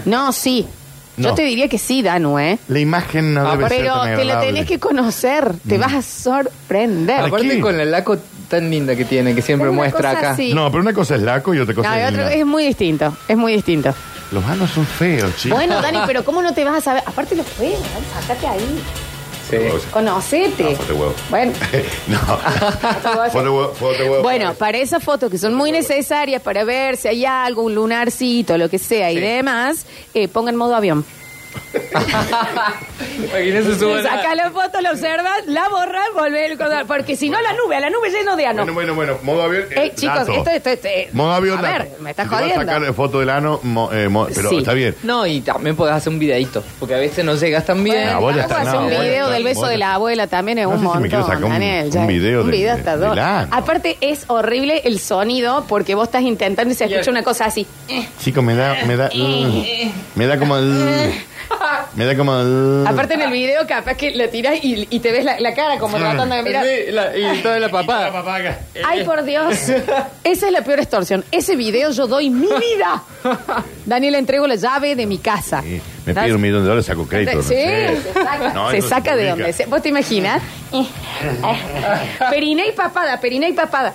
No, sí. Yo No. te diría que sí, Danu, ¿eh? La imagen no debe ser Pero tan te la agradable. Mm. tenés que conocer, te vas a sorprender. Aparte con la laco tan linda que tiene, que siempre Es una muestra cosa acá. así. No, pero una cosa es laco y otra No, cosa es. otro- la- es muy distinto, es muy distinto. Los manos son feos, chicos. Bueno, Dani, pero ¿cómo no te vas a saber? Aparte los juegos, sacate ahí, Sí. conocete. Foto de huevo. Bueno, No. Foto de huevo, foto de huevo. bueno, para esas fotos que son muy necesarias para ver si hay algo, un lunarcito, lo que sea y demás, eh, pongan modo avión. Imagínense su buena- Saca la foto, la observas, la borras, volvés el color, porque si no la nube, a la nube lleno de ano. Bueno, bueno, bueno, modo avión. eh, Eh, chicos, dato. esto, esto, esto, eh, Modo avión. A dato. ver, me estás Si te vas a jodiendo. sacar foto del ano, mo- eh, mo- pero Sí. está bien. No, y también podés hacer un videito, porque a veces no llegas tan bien. No, vos ya Vamos a hacer un video del beso de la abuela también es un sé si montón, me quiero sacar un- Daniel. un ya. video Un de- video hasta de- dos. del ano. Aparte, es horrible el sonido porque vos estás intentando y se escucha una cosa así. Eh, Chico, me da, me da, mm, eh, eh. me da como, me da como. Aparte, en el video capaz que lo tirás y, y te ves la, la cara Ah. como tratando de mirar. Sí, la- y toda la papada. Ay, por Dios. Esa es la peor extorsión. Ese video yo doy mi vida. Daniel, le entrego la llave de mi casa. Me pide un millón de dólares, saco crédito. no Sí, sé. se saca, No, se eso saca de publica. donde. sea. ¿Vos te imaginas? Eh, Periné y papada, periné y papada.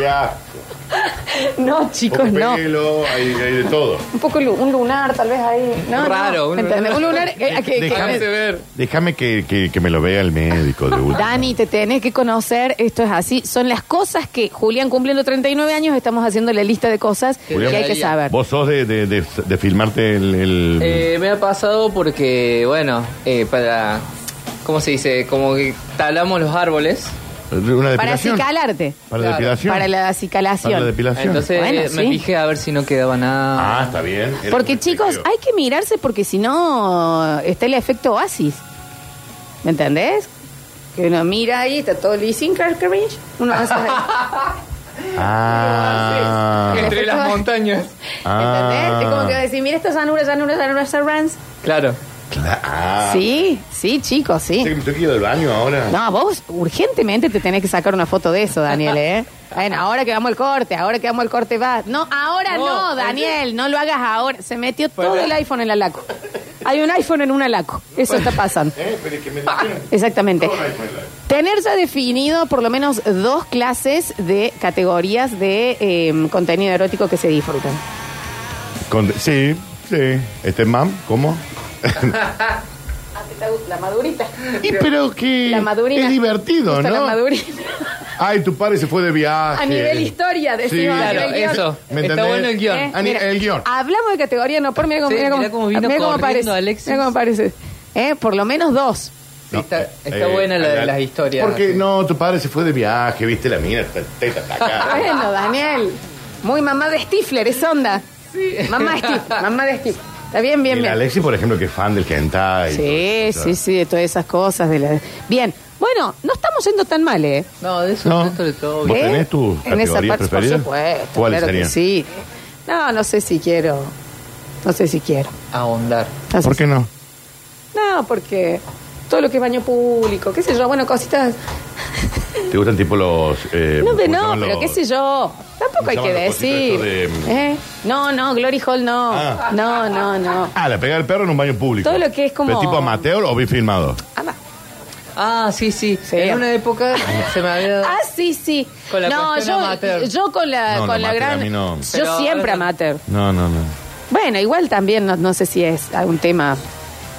Ya, No, chicos, poco no. pelo, hay, hay de todo. Un poco lu- un lunar, tal vez ahí. No, Raro, no, un ¿me entendés? Un lunar. eh, a que- que- ver. Déjame que, que, que me lo vea el médico de última. Dani, te tenés que conocer, esto es así. Son las cosas que Julián cumpliendo 39 años, estamos haciendo la lista de cosas Julián, que hay que saber. Vos sos de, de, de, de filmarte el. el- Eh, me ha pasado porque, bueno, eh, para. ¿Cómo se dice? Como que talamos los árboles. una Para depilación. acicalarte. Para la depilación. Para la acicalación. Para la depilación. Entonces Bueno, eh, me sí. fijé a ver si no quedaba nada. Ah, está bien. Porque chicos, hay que mirarse porque si no está el efecto oasis. ¿Me entendés? Que uno mira ahí, está todo leasing, cringe. Uno hace ahí. Ah. Entre las montañas. ¿Entendés? Es como que va a decir, mira esta llanura, llanura, llanura, serrans. Claro. Claro. Sí, sí, chicos, sí. ¿Me tengo que ir al baño ahora? No, vos urgentemente te tenés que sacar una foto de eso, Daniel, ¿eh? Bueno, ahora que vamos al corte, ahora que vamos al corte va. No, ahora no, No, Daniel, no lo hagas ahora. Se metió todo el iPhone en la laco. Hay un iPhone en una laco. Eso está pasando. Eh, pero es que me dijeron- Exactamente. Todo el iPhone Live. Tener ya definido por lo menos dos clases de categorías de eh, contenido erótico que se disfrutan. Con- sí, sí. Este mam, ¿cómo? Ah, La madurita. Y pero que La madurina. es divertido, Justo ¿no? La madurina. Ay, tu padre se fue de viaje. A nivel historia, Sí, decimos. a nivel guión. ¿Me entendés? Eh, A ni- mira, Ah, el guión. Hablamos de categoría, no, por mira cómo, Sí, mira cómo, mirá cómo vino mira cómo corriendo, aparece. Alexis. Mira cómo aparece. Eh, por lo menos dos. está está buena la de las historias. eh, Porque no, tu padre se fue de viaje, viste la mina, está- teta está acá. Bueno, Daniel. Muy mamá de Stifler, es onda. Mamá de Stifler, mamá de Stifler. Está bien, bien, El bien. Alexis, por ejemplo, que es fan del hentai. Sí, sí, sí, de todas esas cosas. De la... Bien, bueno, no estamos yendo tan mal, ¿eh? No, de eso, No. de todo. ¿Vos ¿Eh? tenés tus En esa categorías parte, por preferidas? supuesto, ¿Cuáles claro que serían? sí. No, no sé si quiero. No sé si quiero. Ahondar. ¿Por qué no? No, porque todo lo que es baño público, qué sé yo, bueno, cositas. ¿Te gustan tipo los... eh, no, ¿cómo se de no, llaman pero los- qué sé yo. Tampoco hay ¿cómo que se llaman los decir. cositos estos de- mm, ¿Eh? No, no, Glory Hall no. Ah. No, no, no. Ah, la pega el perro en un baño público. Todo lo que es como- ¿Pero tipo amateur o bien filmado? Ah, sí, sí. En una época se me había dado. Ah, sí, sí. Con la no, cuestión yo, amateur. yo con la, No, con no, la amateur a gran. mí no. Yo Pero siempre ahora- amateur. No, no, no. Bueno, igual también no, no sé si es algún tema.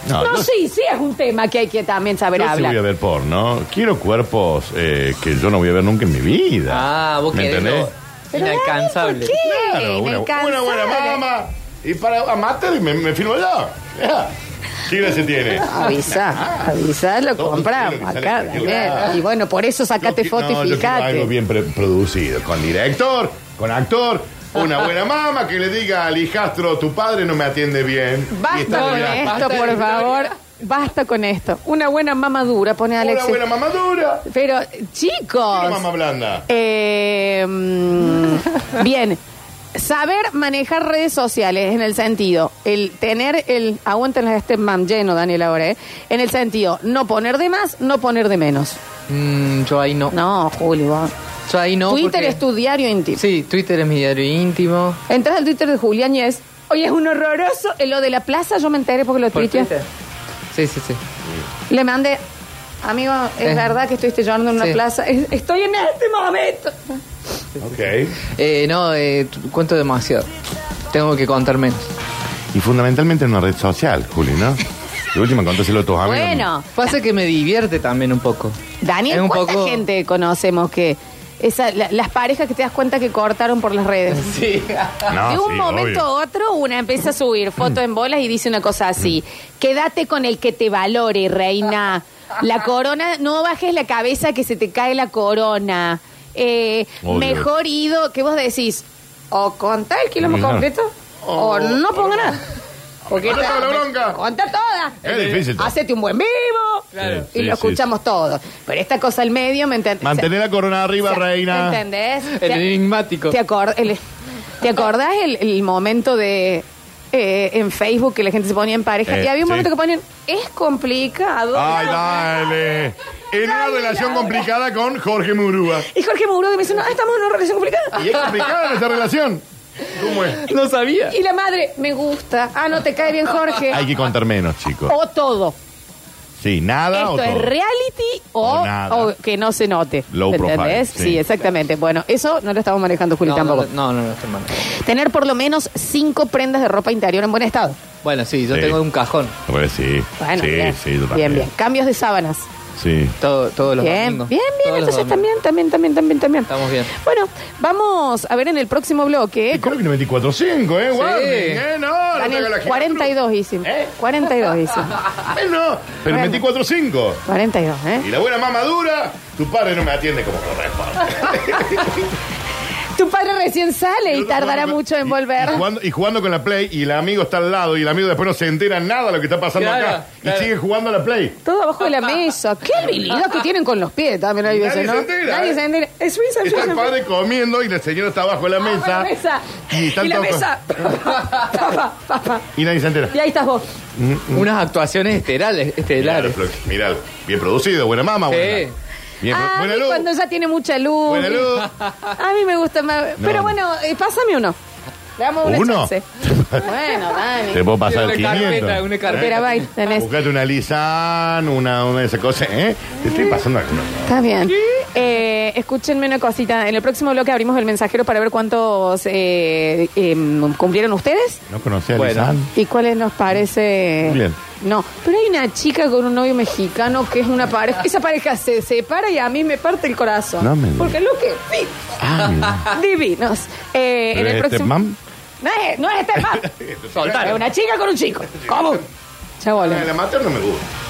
No, No, Ah, yo- sí, sí es un tema que hay que también saber Yo sí hablar. voy a ver porno. Quiero cuerpos eh, que yo no voy a ver nunca en mi vida. Ah, vos ¿Me querés entendés? lo inalcanzable. Claro, una, Inalcanzable. una buena mamá. Y para amateur me, me firmo yo. Ya. ¿Qué gracia tiene? Avisa, avisa, lo compramos acá, tranquilo. Daniel. Ah. Y bueno, por eso sacate foto No, y yo quiero algo fijate. bien pre- producido. Con director, con actor, Una buena mamá que le diga al hijastro, tu padre no me atiende bien. Y Basta está con bien. esto, por favor. Basta con esto. Una buena mamadura, pone Alexis. buena mamadura. Pero, chicos. Una mamá blanda. Eh, mm, bien. Saber manejar redes sociales en el sentido, el tener el. Aguanten este mam lleno, Daniel, ahora, ¿eh? En el sentido, no poner de más, no poner de menos. Mm, yo ahí no. No, Julio. Yo ahí no. Twitter porque- es tu diario íntimo. Sí, Twitter es mi diario íntimo. Entras al Twitter de Julián y es. Oye, es un horroroso. eh, Lo de la plaza, yo me enteré porque lo Por tuiteé. Twitter. Sí, sí, sí. Le mandé, amigo, es Eh. verdad que estuviste llorando en una Sí. plaza. Es- Estoy en este momento. Eh, no, eh, t- cuento demasiado. Tengo que contar menos. Y fundamentalmente en una red social, Juli, ¿no? De última, contáselo a tus amigos. Bueno, pasa que me divierte también un poco. Daniel, Es un ¿cuánta poco- gente conocemos que esa- la- las parejas que te das cuenta que cortaron por las redes? Sí. de No, un Ah, sí, momento a otro, una empieza a subir fotos en bolas y dice una cosa así. Quédate con el que te valore, reina. La corona, no bajes la cabeza que se te cae la corona. Eh, Obvio. mejor ido, ¿qué vos decís? O contá el kilómetro Claro. completo o no ponga nada. Porque Contá esta- toda la bronca. Contá toda. Es difícil todo. Hacete un buen vivo. Claro. Y lo Sí, sí, escuchamos todo. Pero esta cosa al medio, ¿me entendés? Mantener la corona arriba, reina. ¿Me entendés? El Te- enigmático. ¿Te, acor- el- ¿te acordás el, el momento de eh, en Facebook que la gente se ponía en pareja? Eh, y había un sí. momento que ponían, es complicado. Ay, dale. En una relación complicada con Jorge Murúa. Y Jorge Mourodo me dice, no, ah, estamos en una relación complicada. Y es complicada nuestra relación. ¿Cómo es? No sabía. Y la madre, me gusta. Ah, no te cae bien Jorge. Hay que contar menos, chicos. O todo. Sí, nada o Esto es todo. reality o, O nada. o que no se note. Low profile, ¿Entendés? sí. Sí, exactamente. Bueno, eso no lo estamos manejando, Juli, No, tampoco. No, no, no, no estoy mal. Tener por lo menos cinco prendas de ropa interior en buen estado. Bueno, sí, yo Sí. tengo un cajón. Pues sí. Bueno, sí, bien. sí, yo Bien, también. bien. Cambios de sábanas. Sí. Todo, todos los bien, domingos. bien, bien. Todos los Entonces domingos. también, también, también, también, también. Estamos bien. Bueno, vamos a ver en el próximo bloque. eh, Creo que 94.5, ¿eh? Warning, ¿eh? No, no te Daniel, hagas la ¿Eh? gira. 42 hicimos. 42 hicimos. Eh, no, pero 24.5. 42, ¿eh? Y la buena mamadura, tu padre no me atiende como corresponde. Tu padre recién sale y tardará mucho en volver. Jugando- y jugando con la Play y el amigo está al lado y el amigo después no se entera nada de lo que está pasando Claro, acá. claro. Y sigue jugando a la Play. Todo abajo de la mesa. Qué habilidad que tienen con los pies también hay veces, Nadie ¿no? se entera, Nadie ¿eh? se entera. Es Suiza, Está el Suiza. padre comiendo y la señora está abajo de la Abajo de mesa. la Ah, mesa. Y están Y la todos- mesa. Papá, papá. Y nadie se entera. Y ahí estás vos. Unas actuaciones estelares. estelares. Mirá, bien producido, buena mama, buena. Sí. Bien, Ah, buena a mí luz. cuando ya tiene mucha luz. Buena luz. A mí me gusta más. No. Pero bueno, eh, pásame uno. Le damos una ¿Uno? chance. bueno, Dani. Te eh. puedo pasar Una 500. carpeta, una carpeta. Pero va, tenés. Buscate una Lisan, una, una de esas cosas, ¿eh? Te Ah. estoy pasando alguna. Está bien. Eh, escúchenme una cosita. En el próximo bloque abrimos el mensajero para ver cuántos eh, em, cumplieron ustedes. No conocía a Bueno. Lisan. ¿Y cuáles nos parece? Bien. No, pero hay una chica con un novio mexicano que es una pareja. Esa pareja se separa y a mí me parte el corazón. No me digas. Porque lo que. sí. Ah, este, mira. Divinos. Eh, en ¿Pero el es próximo. Stepmam? No es, no es Stepmam. Soltalo. Es una chica con un chico. ¿Cómo? Ya volvemos. La materna me gusta.